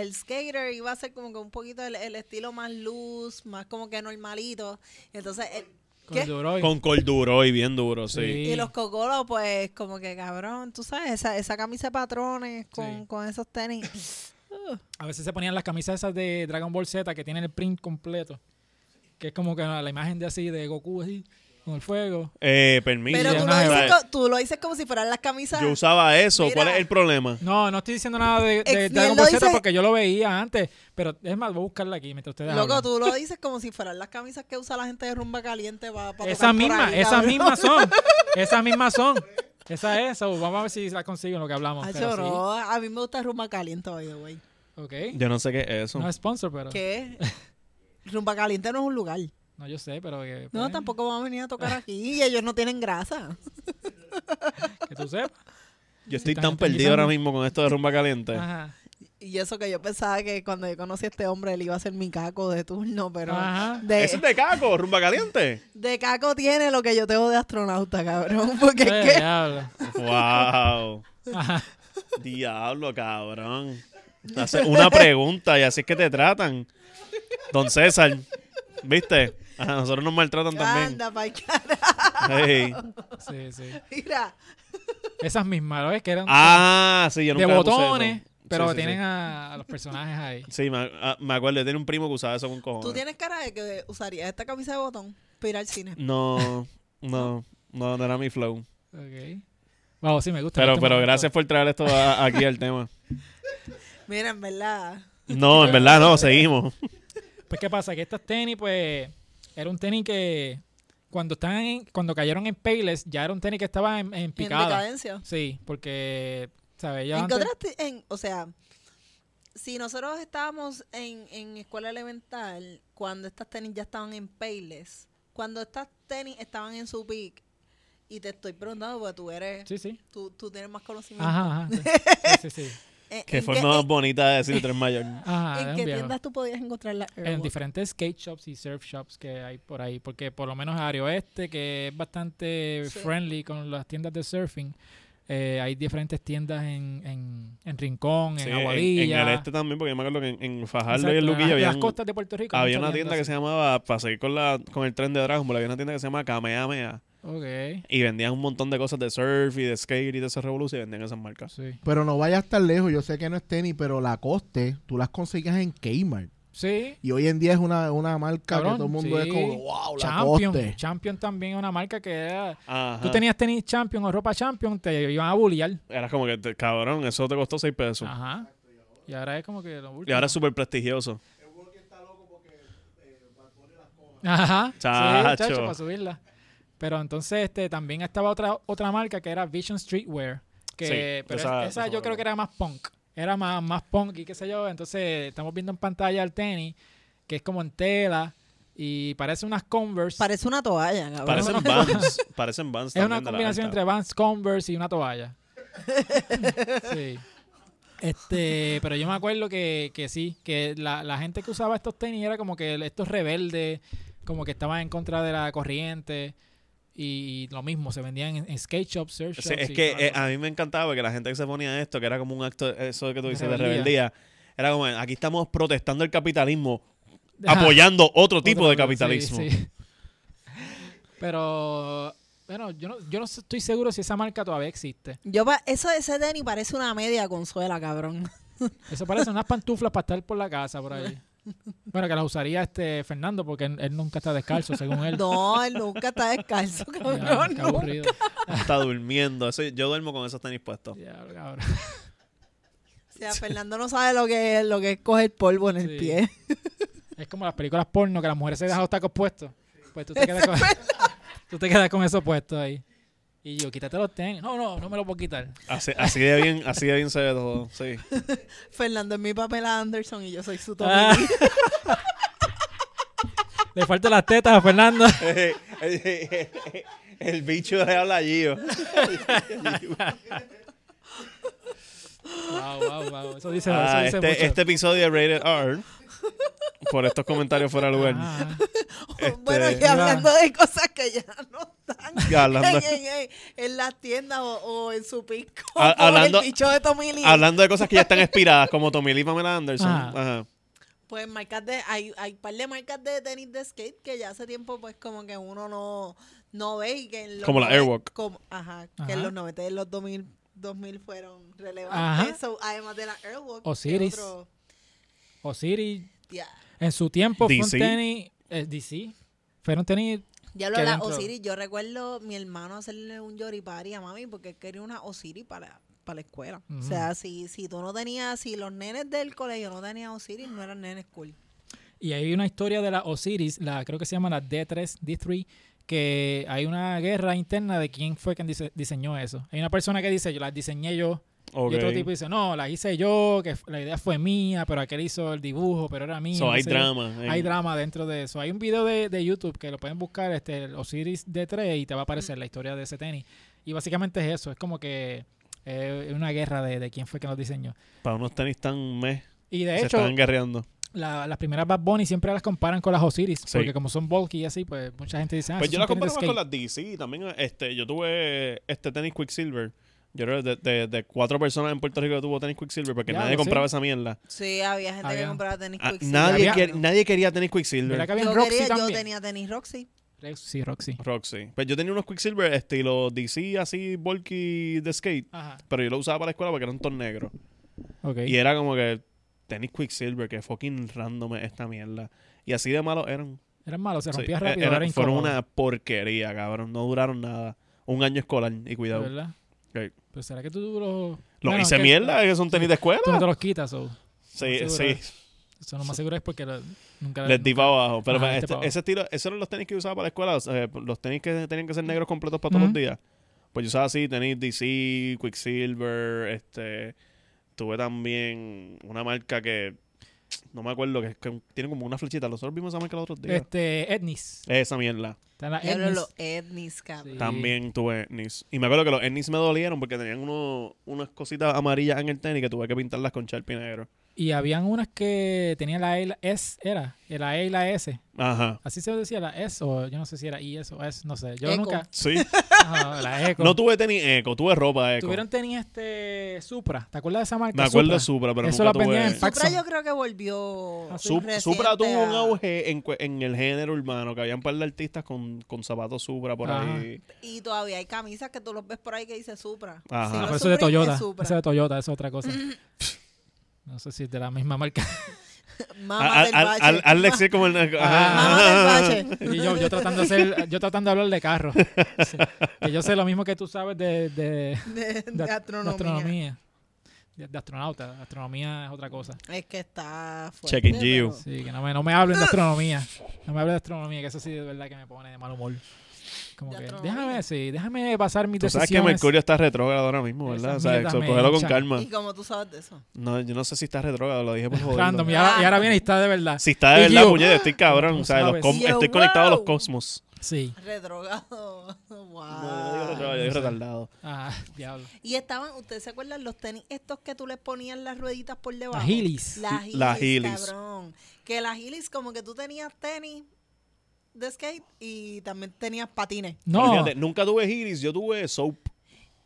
Speaker 3: el skater iba a ser como que un poquito el, el estilo más loose, más como que normalito. Entonces, el-
Speaker 1: con el
Speaker 3: ¿Qué?
Speaker 1: Duroy,
Speaker 2: Con corduro y bien duro, sí.
Speaker 1: Sí.
Speaker 3: Y los cocolos, pues, como que cabrón, tú sabes, esa, esa camisa de patrones con,
Speaker 1: Sí.
Speaker 3: con esos tenis. Uh,
Speaker 1: A veces se ponían las camisas esas de Dragon Ball Z que tienen el print completo. Que es como que la imagen de así, de Goku así, con el fuego.
Speaker 2: Eh, permiso.
Speaker 3: Pero
Speaker 1: ya
Speaker 3: tú
Speaker 1: no
Speaker 3: lo,
Speaker 1: se
Speaker 3: dices
Speaker 2: ¿Sabes?
Speaker 3: co- tú lo dices como si fueran las camisas.
Speaker 2: Yo usaba eso.
Speaker 3: Mira.
Speaker 2: ¿Cuál es el problema?
Speaker 1: No, no estoy diciendo nada de, de
Speaker 3: Ex-
Speaker 1: Dragon Ball
Speaker 3: él lo
Speaker 1: Z
Speaker 3: dice-
Speaker 1: porque yo lo veía antes. Pero es más, voy a buscarla aquí mientras ustedes
Speaker 3: Loco,
Speaker 1: hablan.
Speaker 3: tú lo dices como si fueran las camisas que usa la gente de rumba caliente para
Speaker 1: Esas mismas, esas mismas son. Esas mismas son. Esa es, so, vamos a ver si la consigo en lo que hablamos. pero sí.
Speaker 3: a mí me gusta rumba caliente, by the way.
Speaker 1: Ok.
Speaker 2: Yo no sé qué es eso.
Speaker 1: No es sponsor, pero.
Speaker 3: ¿Qué? rumba caliente no es un lugar.
Speaker 1: No, yo sé, pero. que-
Speaker 3: No,
Speaker 1: pues,
Speaker 3: tampoco van a venir a tocar aquí y ellos no tienen grasa.
Speaker 1: Que tú sepas.
Speaker 2: Yo estoy
Speaker 1: están-
Speaker 2: tan
Speaker 1: están
Speaker 2: perdido ahora
Speaker 1: guisando.
Speaker 2: mismo con esto de rumba caliente.
Speaker 1: Ajá.
Speaker 3: Y eso que yo pensaba que cuando yo conocí a este hombre él iba a ser mi caco de turno, pero
Speaker 1: Ajá.
Speaker 3: de,
Speaker 2: Eso es de caco, rumba caliente.
Speaker 3: de caco tiene lo que yo tengo de astronauta, cabrón. Porque es
Speaker 1: Eh,
Speaker 3: que
Speaker 1: diablo.
Speaker 2: wow.
Speaker 1: Ajá.
Speaker 2: Diablo, cabrón. Hace una pregunta y así es que te tratan. Don César, ¿viste? A nosotros nos maltratan también.
Speaker 3: Anda, pa'l cara.
Speaker 2: Hey.
Speaker 1: Sí, sí.
Speaker 3: Mira,
Speaker 1: Esas mismas, ¿lo ves? Que eran.
Speaker 2: Ah, sí, yo
Speaker 1: de
Speaker 2: nunca le puse eso.
Speaker 1: botones, pero
Speaker 2: Sí, sí,
Speaker 1: tienen
Speaker 2: sí.
Speaker 1: A, a los personajes ahí.
Speaker 2: Sí, me, ah, me acuerdo, yo tenía un primo que usaba eso con cojones.
Speaker 3: tú tienes cara de que usarías esta camisa de botón para ir al cine.
Speaker 2: No, no, no, no era mi flow.
Speaker 1: Ok. Wow, sí, me gusta. en
Speaker 2: Pero,
Speaker 1: este
Speaker 2: pero
Speaker 1: momento.
Speaker 2: gracias por traer esto a- aquí al tema.
Speaker 3: Mira, en verdad.
Speaker 2: No, en verdad no, seguimos.
Speaker 1: Pues, ¿qué pasa? Que estas tenis, pues, era un tenis que cuando estaban en- cuando cayeron en Payless, ya era un tenis que estaba en, en
Speaker 3: En
Speaker 1: picada.
Speaker 3: decadencia.
Speaker 1: Sí, porque ¿Sabes? Yo
Speaker 3: ¿En qué
Speaker 1: antes-
Speaker 3: otras ti- en- o sea, si nosotros estábamos en, en escuela elemental, cuando estas tenis ya estaban en Payless, cuando estas tenis estaban en su peak, y te estoy preguntando porque tú eres,
Speaker 1: Sí, sí.
Speaker 3: tú, tú tienes más conocimiento.
Speaker 1: Ajá, ajá. Sí, sí, sí. sí.
Speaker 3: ¿En-
Speaker 2: Qué
Speaker 3: en
Speaker 2: forma
Speaker 3: qué-
Speaker 2: más bonita de decirle tres mayor.
Speaker 1: Ajá,
Speaker 3: ¿En
Speaker 1: es un
Speaker 3: qué
Speaker 1: viejo.
Speaker 3: tiendas tú podías encontrar la
Speaker 1: En
Speaker 3: Airwalk?
Speaker 1: diferentes skate shops y surf shops que hay por ahí, porque por lo menos área oeste, que es bastante
Speaker 3: Sí.
Speaker 1: friendly con las tiendas de surfing, eh, hay diferentes tiendas en, en, en Rincón,
Speaker 2: Sí,
Speaker 1: en
Speaker 2: en-
Speaker 1: Aguadilla.
Speaker 2: En, el este también, porque yo me acuerdo que en, en Fajardo y
Speaker 1: Exacto,
Speaker 2: en
Speaker 1: las-
Speaker 2: Luquillo había,
Speaker 1: las costas de Puerto Rico.
Speaker 2: había
Speaker 1: muchas
Speaker 2: una tienda que se
Speaker 1: tiendas
Speaker 2: llamaba, para seguir con, la, con el tren de Dragon Ball, había una tienda que se llamaba Kamehameha.
Speaker 1: así.
Speaker 2: Y vendían un montón de cosas de surf y de skate y de esa revolución y vendían esas
Speaker 1: Ok,
Speaker 2: marcas.
Speaker 1: sí.
Speaker 4: Pero no vayas tan lejos. Yo sé que no es tenis, pero la coste, tú las conseguías en Kmart.
Speaker 1: Sí,
Speaker 4: Y hoy en día es una, una marca
Speaker 1: Cabrón,
Speaker 4: que todo el mundo
Speaker 1: sí.
Speaker 4: es como, wow, la
Speaker 1: Champion.
Speaker 4: coste.
Speaker 1: Champion también es una marca que era-
Speaker 2: Ajá.
Speaker 1: Tú tenías tenis Champion o ropa Champion, te iban a bullear.
Speaker 2: Eras como que, te- cabrón, eso te costó 6 pesos.
Speaker 1: Ajá. Y ahora es como que lo
Speaker 2: Y ahora es súper prestigioso.
Speaker 1: Ajá. Sí,
Speaker 2: Chacho.
Speaker 1: chacho, para subirla. Pero entonces este, también estaba otra, otra marca que era Vision Streetwear. Que,
Speaker 2: Sí,
Speaker 1: pero esa,
Speaker 2: esa- esa
Speaker 1: yo
Speaker 2: me
Speaker 1: creo que era más punk. Era más, más punk y qué sé yo. Entonces estamos viendo en pantalla el tenis, que es como en tela y parece unas Converse.
Speaker 3: Parece una toalla, cabrón.
Speaker 2: Parecen Vans. Parecen Vans
Speaker 1: es
Speaker 2: también
Speaker 1: una
Speaker 2: de la
Speaker 1: combinación
Speaker 2: alta.
Speaker 1: entre Vans, Converse y una toalla. sí. Este, pero yo me acuerdo que, que sí, que la, la gente que usaba estos tenis era como que estos rebeldes, como que estaban en contra de la corriente y, lo mismo, se vendían en, en skate shops, surf
Speaker 2: Sí,
Speaker 1: shops.
Speaker 2: es
Speaker 1: y
Speaker 2: que
Speaker 1: toda la
Speaker 2: eh,
Speaker 1: cosa.
Speaker 2: a mí me encantaba que la gente que se ponía esto, que era como un acto, eso que tú
Speaker 1: De
Speaker 2: dices de
Speaker 1: rebeldía.
Speaker 2: rebeldía, era como, aquí estamos protestando el capitalismo,
Speaker 1: Ajá.
Speaker 2: apoyando otro
Speaker 1: Otra
Speaker 2: tipo de
Speaker 1: cosa,
Speaker 2: capitalismo.
Speaker 1: sí, sí. Pero, bueno, yo no, yo no estoy seguro si esa marca todavía existe.
Speaker 3: Yo pa- eso de ese tenis parece una media consuela, cabrón.
Speaker 1: Eso parece unas pantuflas para estar por la casa por ahí. Bueno, que las usaría este Fernando porque él, él nunca está descalzo, según él.
Speaker 3: No, él nunca está descalzo,
Speaker 1: Diablo,
Speaker 3: cabrón.
Speaker 1: qué
Speaker 3: no.
Speaker 1: aburrido.
Speaker 2: Está durmiendo. Eso- yo duermo con esos tenis puestos.
Speaker 1: Diablo, cabrón.
Speaker 3: O sea, Fernando no sabe lo que es, lo que es coger polvo en el
Speaker 1: Sí.
Speaker 3: pie.
Speaker 1: Es como las películas porno que las mujeres se dejan los tacos puestos. Pues tú te quedas con, tú te quedas con eso puesto ahí. Y yo, quítate los tenis. No, no, no me los puedo quitar.
Speaker 2: Así, así de bien, así de bien se ve todo. Sí.
Speaker 3: Fernando es mi papel a Anderson y yo soy su Tommy.
Speaker 1: Ah. Le faltan las tetas a Fernando.
Speaker 2: el bicho de habla allí.
Speaker 1: Wow, wow, wow. Eso dice,
Speaker 2: Ah,
Speaker 1: eso dice
Speaker 2: este,
Speaker 1: mucho.
Speaker 2: este episodio de Rated R, por estos comentarios fuera de lugar.
Speaker 1: Ah,
Speaker 3: Lee. bueno,
Speaker 2: Este-
Speaker 3: y hablando de cosas que ya no están
Speaker 2: Ya, hablando-
Speaker 3: en, en, en- en las tiendas o, o en su pico.
Speaker 2: Ah, hablando-
Speaker 3: el bicho de Tommy Lee.
Speaker 2: Hablando de cosas que ya están expiradas, como Tommy Lee y Pamela Anderson.
Speaker 1: Ah.
Speaker 2: Ajá.
Speaker 3: Pues marcas de, hay, hay par de marcas de tenis de skate que ya hace tiempo pues como que uno no, no ve y que en los
Speaker 2: Como la
Speaker 3: noven-
Speaker 2: Airwalk.
Speaker 3: como- ajá, que
Speaker 1: Ajá.
Speaker 3: en los 90 y en los 2000, 2000 fueron
Speaker 1: Ajá.
Speaker 3: relevantes. So, además de la Airwalk. ¿qué
Speaker 1: Osiris.
Speaker 3: otro?
Speaker 1: Osiris,
Speaker 3: Ya,
Speaker 1: en su tiempo fue un
Speaker 2: DC.
Speaker 1: tenis. eh, DC. Fue un tenis.
Speaker 3: ya lo
Speaker 1: Que
Speaker 3: la
Speaker 1: dentro-
Speaker 3: Osiris, yo recuerdo mi hermano hacerle un yoripari a mami porque él quería una Osiris para, para la escuela. O sea, si, si tú no tenías, si los nenes del colegio no tenían Osiris, no eran nenes cool.
Speaker 1: Y hay una historia de la Osiris, la creo que se llama la D3, D3, que hay una guerra interna de quién fue quien dise- diseñó eso. Hay una persona que dice, yo las diseñé yo,
Speaker 2: Ok.
Speaker 1: y otro tipo dice, no, la hice yo, que f- la idea fue mía, pero aquel hizo el dibujo, pero era mío.
Speaker 2: So,
Speaker 1: no
Speaker 2: hay
Speaker 1: sé.
Speaker 2: drama. en-
Speaker 1: Hay drama dentro de eso. Hay un video de, de YouTube que lo pueden buscar, este, el Osiris D3, y te va a aparecer la historia de ese tenis. Y básicamente es eso, es como que eh, una guerra de, de quién fue que los diseñó.
Speaker 2: Para unos tenis tan meh,
Speaker 1: Y de
Speaker 2: se
Speaker 1: hecho,
Speaker 2: están guerreando.
Speaker 1: la- las primeras Bad Bunny siempre las comparan con las Osiris,
Speaker 2: Sí.
Speaker 1: porque como son bulky y así, pues mucha gente dice, ah,
Speaker 2: Pues
Speaker 1: esos
Speaker 2: yo
Speaker 1: son tenis
Speaker 2: la
Speaker 1: de
Speaker 2: comparo
Speaker 1: skate.
Speaker 2: más con las DC. También este, yo tuve este tenis Quicksilver. Yo creo de, de, de cuatro personas en Puerto Rico que tuvo tenis Quicksilver porque
Speaker 1: Ya,
Speaker 2: nadie
Speaker 1: lo sé.
Speaker 2: compraba esa mierda.
Speaker 3: Sí, había gente
Speaker 1: Había-
Speaker 3: que compraba tenis
Speaker 2: Ah,
Speaker 3: Quicksilver.
Speaker 2: nadie,
Speaker 1: Había-
Speaker 2: quer- nadie quería tenis Quicksilver.
Speaker 1: ¿Verdad que había
Speaker 3: Yo,
Speaker 1: en Roxy
Speaker 3: quería- yo
Speaker 1: también?
Speaker 3: tenía tenis Roxy.
Speaker 1: Rex- Sí, Roxy.
Speaker 2: Roxy. Pues yo tenía unos Quicksilver estilo DC así, bulky de skate.
Speaker 1: Ajá,
Speaker 2: Pero yo lo usaba para la escuela porque era un ton negro.
Speaker 1: ok.
Speaker 2: Y era como que tenis Quicksilver, que fucking random es esta mierda. Y así de malos eran.
Speaker 1: Eran malos, se
Speaker 2: Sí,
Speaker 1: rompía
Speaker 2: e-
Speaker 1: rápido,
Speaker 2: eran-
Speaker 1: era
Speaker 2: fueron
Speaker 1: incómodo,
Speaker 2: una porquería, cabrón. No duraron nada. Un año escolar y cuidado.
Speaker 1: ¿Verdad?
Speaker 2: Ok.
Speaker 1: Pero será que tú los...
Speaker 2: Lo
Speaker 1: Bueno,
Speaker 2: hice
Speaker 1: que-
Speaker 2: mierda, que son tenis de
Speaker 1: Tú no te
Speaker 2: escuela.
Speaker 1: los quitas, o...
Speaker 2: Sí,
Speaker 1: seguro.
Speaker 2: sí.
Speaker 1: Eso no más seguro es porque lo- nunca...
Speaker 2: Les di
Speaker 1: nunca-
Speaker 2: para abajo. Pero
Speaker 1: Ajá,
Speaker 2: pa-
Speaker 1: este
Speaker 2: este-
Speaker 1: pa' abajo.
Speaker 2: ese estilo, esos eran los tenis que yo usaba para la escuela. o sea, los tenis que tenían que ser negros completos para todos
Speaker 1: Ujú.
Speaker 2: los días. Pues yo sabes así, tenéis DC, Quicksilver, este... Tuve también una marca que... No me acuerdo, que, que tiene como una flechita. Nosotros vimos esa marca los otros días.
Speaker 1: Este, Etnis.
Speaker 2: Esa mierda.
Speaker 1: Está en la
Speaker 3: Diablo,
Speaker 1: Etnis.
Speaker 3: los etnis, cabrón.
Speaker 1: Sí.
Speaker 2: También tuve etnis. Y me acuerdo que los etnis me dolieron porque tenían uno- unas cositas amarillas en el tenis que tuve que pintarlas con Sharpie negro.
Speaker 1: Y habían unas que tenían la E y la S, era, la E y la S.
Speaker 2: Ajá.
Speaker 1: Así se decía la S, o yo no sé si era IS o S, no sé. Yo
Speaker 3: Eco.
Speaker 1: nunca.
Speaker 2: Sí.
Speaker 1: Ajá, la Eco.
Speaker 2: No tuve tenis eco, tuve ropa eco.
Speaker 1: Tuvieron tenis este Supra. ¿Te acuerdas de esa marca?
Speaker 2: Me acuerdo de
Speaker 1: Supra.
Speaker 2: Supra, pero
Speaker 1: Eso
Speaker 2: nunca
Speaker 1: lo aprendí
Speaker 2: tuve...
Speaker 1: en
Speaker 3: Supra
Speaker 1: Paxson.
Speaker 3: yo creo que volvió.
Speaker 1: Ah, sí.
Speaker 2: Sup-
Speaker 3: reciente
Speaker 2: Supra tuvo un
Speaker 3: a-
Speaker 2: auge en, cu- en el género urbano, que habían un par de artistas con, con zapatos Supra por
Speaker 1: Ajá.
Speaker 2: ahí.
Speaker 3: Y todavía hay camisas que tú los ves por ahí que dice Supra.
Speaker 1: Ah,
Speaker 2: Ajá.
Speaker 3: no
Speaker 2: Los
Speaker 1: pero eso es de
Speaker 3: Supreme,
Speaker 1: Toyota.
Speaker 3: es Supra. Mm.
Speaker 1: Eso es de Toyota, eso es otra cosa. no sé si es de la misma marca.
Speaker 3: Mamá
Speaker 2: Al-
Speaker 3: del
Speaker 2: al-
Speaker 3: bache.
Speaker 2: al- Alex es como el...
Speaker 1: Ah.
Speaker 2: Ajá.
Speaker 3: Mamá del
Speaker 1: Y
Speaker 3: bache.
Speaker 1: yo, yo tratando de hacer, yo tratando de hablar de carro. Sí. Que yo sé lo mismo que tú sabes de, de,
Speaker 3: De,
Speaker 1: de
Speaker 3: de
Speaker 1: a- de
Speaker 3: astronomía.
Speaker 1: astronomía. De, de astronauta. Astronomía es otra cosa.
Speaker 3: Es que está fuerte.
Speaker 2: Check in
Speaker 3: pero-
Speaker 2: you.
Speaker 1: Sí, que no me, no me hablen de
Speaker 3: Ah.
Speaker 1: astronomía. No me hablen de astronomía, que eso sí de verdad que me pone de mal humor. Como
Speaker 3: De
Speaker 1: que,
Speaker 3: astronomía.
Speaker 1: déjame, sí, déjame pasar mis
Speaker 2: Tú sabes
Speaker 1: decisiones.
Speaker 2: que Mercurio está retrógrado ahora mismo, ¿verdad?
Speaker 1: Esas
Speaker 2: O sea,
Speaker 1: mierdas
Speaker 2: eso,
Speaker 1: me
Speaker 2: cógelo con
Speaker 1: hinchan.
Speaker 2: calma.
Speaker 3: ¿Y cómo tú sabes de eso?
Speaker 2: No, yo no sé si está retrógrado, lo dije por joder.
Speaker 1: Random, y ahora, y
Speaker 3: Ah.
Speaker 1: ahora viene y está de verdad.
Speaker 2: Si está de
Speaker 1: Y
Speaker 2: verdad,
Speaker 1: yo,
Speaker 2: puñeta, estoy cabrón.
Speaker 1: Tú
Speaker 2: O sea, los
Speaker 1: sabes.
Speaker 2: com-
Speaker 3: Yo,
Speaker 2: estoy conectado a los
Speaker 3: wow.
Speaker 2: cosmos.
Speaker 1: Sí.
Speaker 3: Redrogado.
Speaker 2: No,
Speaker 3: wow.
Speaker 2: yo digo retrógrado, yo digo
Speaker 1: Ah, no sé.
Speaker 2: retardado.
Speaker 1: Ah, diablo.
Speaker 3: Y estaban, ¿ustedes se acuerdan los tenis estos que tú les ponías las rueditas por debajo?
Speaker 1: Las Heelys.
Speaker 3: Las
Speaker 2: L-
Speaker 3: Heelys,
Speaker 2: las Heelys.
Speaker 3: cabrón. Que las Heelys como que tú tenías tenis de skate y también tenías patines.
Speaker 1: No,
Speaker 2: Olvídate, nunca tuve Iris, yo tuve Soap.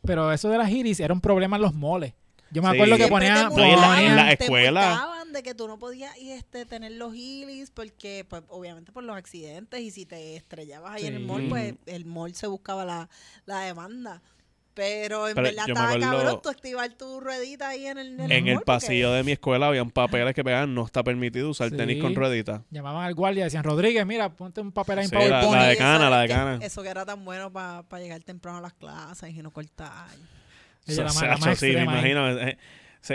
Speaker 1: pero eso de las iris era un problema en los moles. Yo me
Speaker 2: Sí.
Speaker 1: acuerdo que
Speaker 2: Siempre
Speaker 1: ponían...
Speaker 2: No, y en la- en
Speaker 1: ponían-
Speaker 2: la
Speaker 3: te
Speaker 2: escuela.
Speaker 3: multaban de que tú no podías y, este, tener los Heelys porque, pues, obviamente por los accidentes y si te estrellabas ahí en el
Speaker 1: Sí.
Speaker 3: mall, pues el mall se buscaba la, la demanda. Pero en
Speaker 2: Pero
Speaker 3: verdad
Speaker 2: yo me
Speaker 3: estaba
Speaker 2: acuerdo-
Speaker 3: cabrón tú activar tu ruedita ahí en
Speaker 1: En
Speaker 3: el,
Speaker 2: En el
Speaker 3: mall porque-
Speaker 2: pasillo de mi escuela habían papeles que pegaban, no está permitido usar
Speaker 1: Sí.
Speaker 2: tenis con rueditas.
Speaker 1: Llamaban al guardia y decían, Rodríguez, mira, ponte un papel ahí en
Speaker 2: Sí,
Speaker 1: PowerPoint.
Speaker 2: la-
Speaker 3: Pony,
Speaker 2: de
Speaker 3: eso
Speaker 2: cana,
Speaker 3: era
Speaker 2: la de
Speaker 3: que-
Speaker 2: cana.
Speaker 3: Eso que era tan bueno para llegar temprano a las clases y no cortar.
Speaker 1: Ella era
Speaker 2: O
Speaker 1: la
Speaker 2: sea,
Speaker 1: más- la más
Speaker 2: sí, me
Speaker 1: extrema ahí.
Speaker 2: imagino. eh, eh,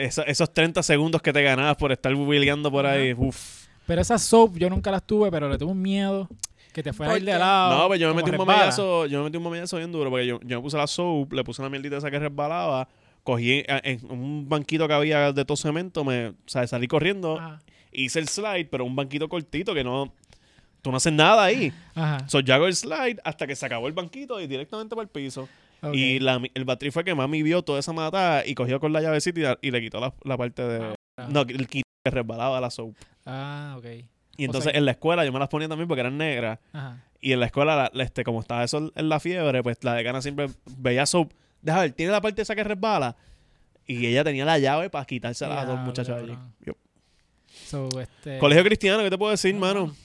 Speaker 2: esos- esos 30 segundos que te ganabas por estar bubileando por ahí, uf.
Speaker 1: Pero esas soap yo nunca las tuve, pero le tuve un miedo que te fuera a
Speaker 3: ¿Por
Speaker 1: ir de
Speaker 3: qué?
Speaker 1: lado.
Speaker 2: No, pero yo
Speaker 1: Ah,
Speaker 2: me
Speaker 1: como
Speaker 2: metí un
Speaker 1: resbala.
Speaker 2: mamallazo, yo me metí un mamallazo bien duro, porque yo, yo me puse la soap, le puse una mierdita esa que resbalaba, cogí eh, en un banquito que había de todo cemento, me, o sea, salí corriendo,
Speaker 1: Ajá,
Speaker 2: hice el slide, pero un banquito cortito que no, tú no haces nada ahí.
Speaker 1: ajá,
Speaker 2: So, yo hago el slide hasta que se acabó el banquito y directamente para el piso.
Speaker 1: ok.
Speaker 2: Y la, el batri fue que mami vio toda esa matada y cogió con la llavecita y, la- y le quitó la, la parte de...
Speaker 1: Ah,
Speaker 2: no, el quito que resbalaba la soap.
Speaker 1: Ah, ok.
Speaker 2: Y
Speaker 1: O
Speaker 2: entonces
Speaker 1: sea-
Speaker 2: en la escuela yo me las ponía también porque eran negras.
Speaker 1: Ajá.
Speaker 2: Y en la escuela, la- la- este, como estaba eso en la fiebre, pues la decana siempre veía soap. Deja ver, tiene la parte esa que resbala. Y ella tenía la llave para quitársela a dos
Speaker 1: Diablo,
Speaker 2: muchachos allí.
Speaker 1: cabrón.
Speaker 2: Yo-
Speaker 1: So, este,
Speaker 2: Colegio cristiano, ¿qué te puedo decir, mano?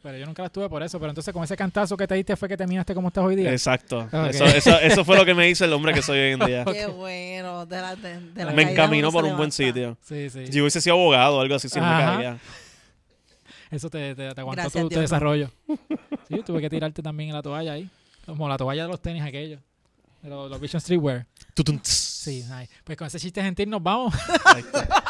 Speaker 1: Pero yo nunca las tuve por eso. Pero entonces con ese cantazo que te diste fue que terminaste como estás hoy día.
Speaker 2: Exacto.
Speaker 1: Ah, ok.
Speaker 2: Eso, eso, eso fue lo que me hizo el hombre que soy hoy en día.
Speaker 3: Qué bueno. De la, de, de la
Speaker 2: Me
Speaker 3: caída
Speaker 2: encaminó
Speaker 3: uno
Speaker 2: por
Speaker 3: se
Speaker 2: un buen
Speaker 3: levanta.
Speaker 2: sitio.
Speaker 1: Sí, sí.
Speaker 2: Yo hubiese sido abogado o algo así, si no me
Speaker 1: Ajá.
Speaker 2: caía.
Speaker 1: Eso te, te, te aguantó
Speaker 3: Gracias,
Speaker 1: tu, tu
Speaker 3: Dios.
Speaker 1: desarrollo. Sí, yo tuve que tirarte también en la toalla ahí. Como la toalla de los tenis aquellos. De los, los Vision Streetwear.
Speaker 2: Tutum, tss.
Speaker 1: Sí, nice. Pues con ese chiste gentil nos vamos.
Speaker 2: Ahí está.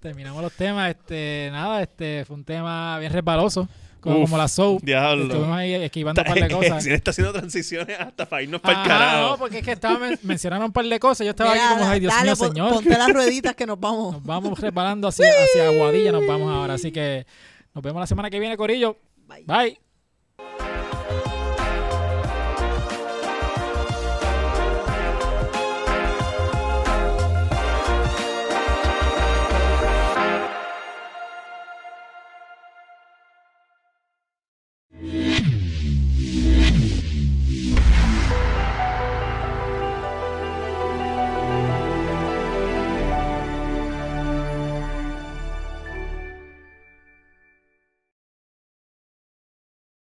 Speaker 1: Terminamos los temas. Este, nada, este fue un tema bien resbaloso. Como,
Speaker 2: Uf,
Speaker 1: como la soap. Estuvimos
Speaker 2: Diablo.
Speaker 1: ahí esquivando
Speaker 2: Está,
Speaker 1: un par de cosas.
Speaker 2: está haciendo transiciones hasta para irnos para el
Speaker 1: Ajá, no,
Speaker 2: carajo.
Speaker 1: porque es que estaba men- mencionaron un par de cosas. Yo estaba
Speaker 3: Mira,
Speaker 1: aquí como, ay, Dios
Speaker 3: dale,
Speaker 1: mío,
Speaker 3: pon-
Speaker 1: señor.
Speaker 3: Ponte las rueditas que nos vamos.
Speaker 1: Nos vamos resbalando hacia, hacia Aguadilla, nos vamos ahora. Así que nos vemos la semana que viene, Corillo.
Speaker 3: Bye.
Speaker 1: Bye.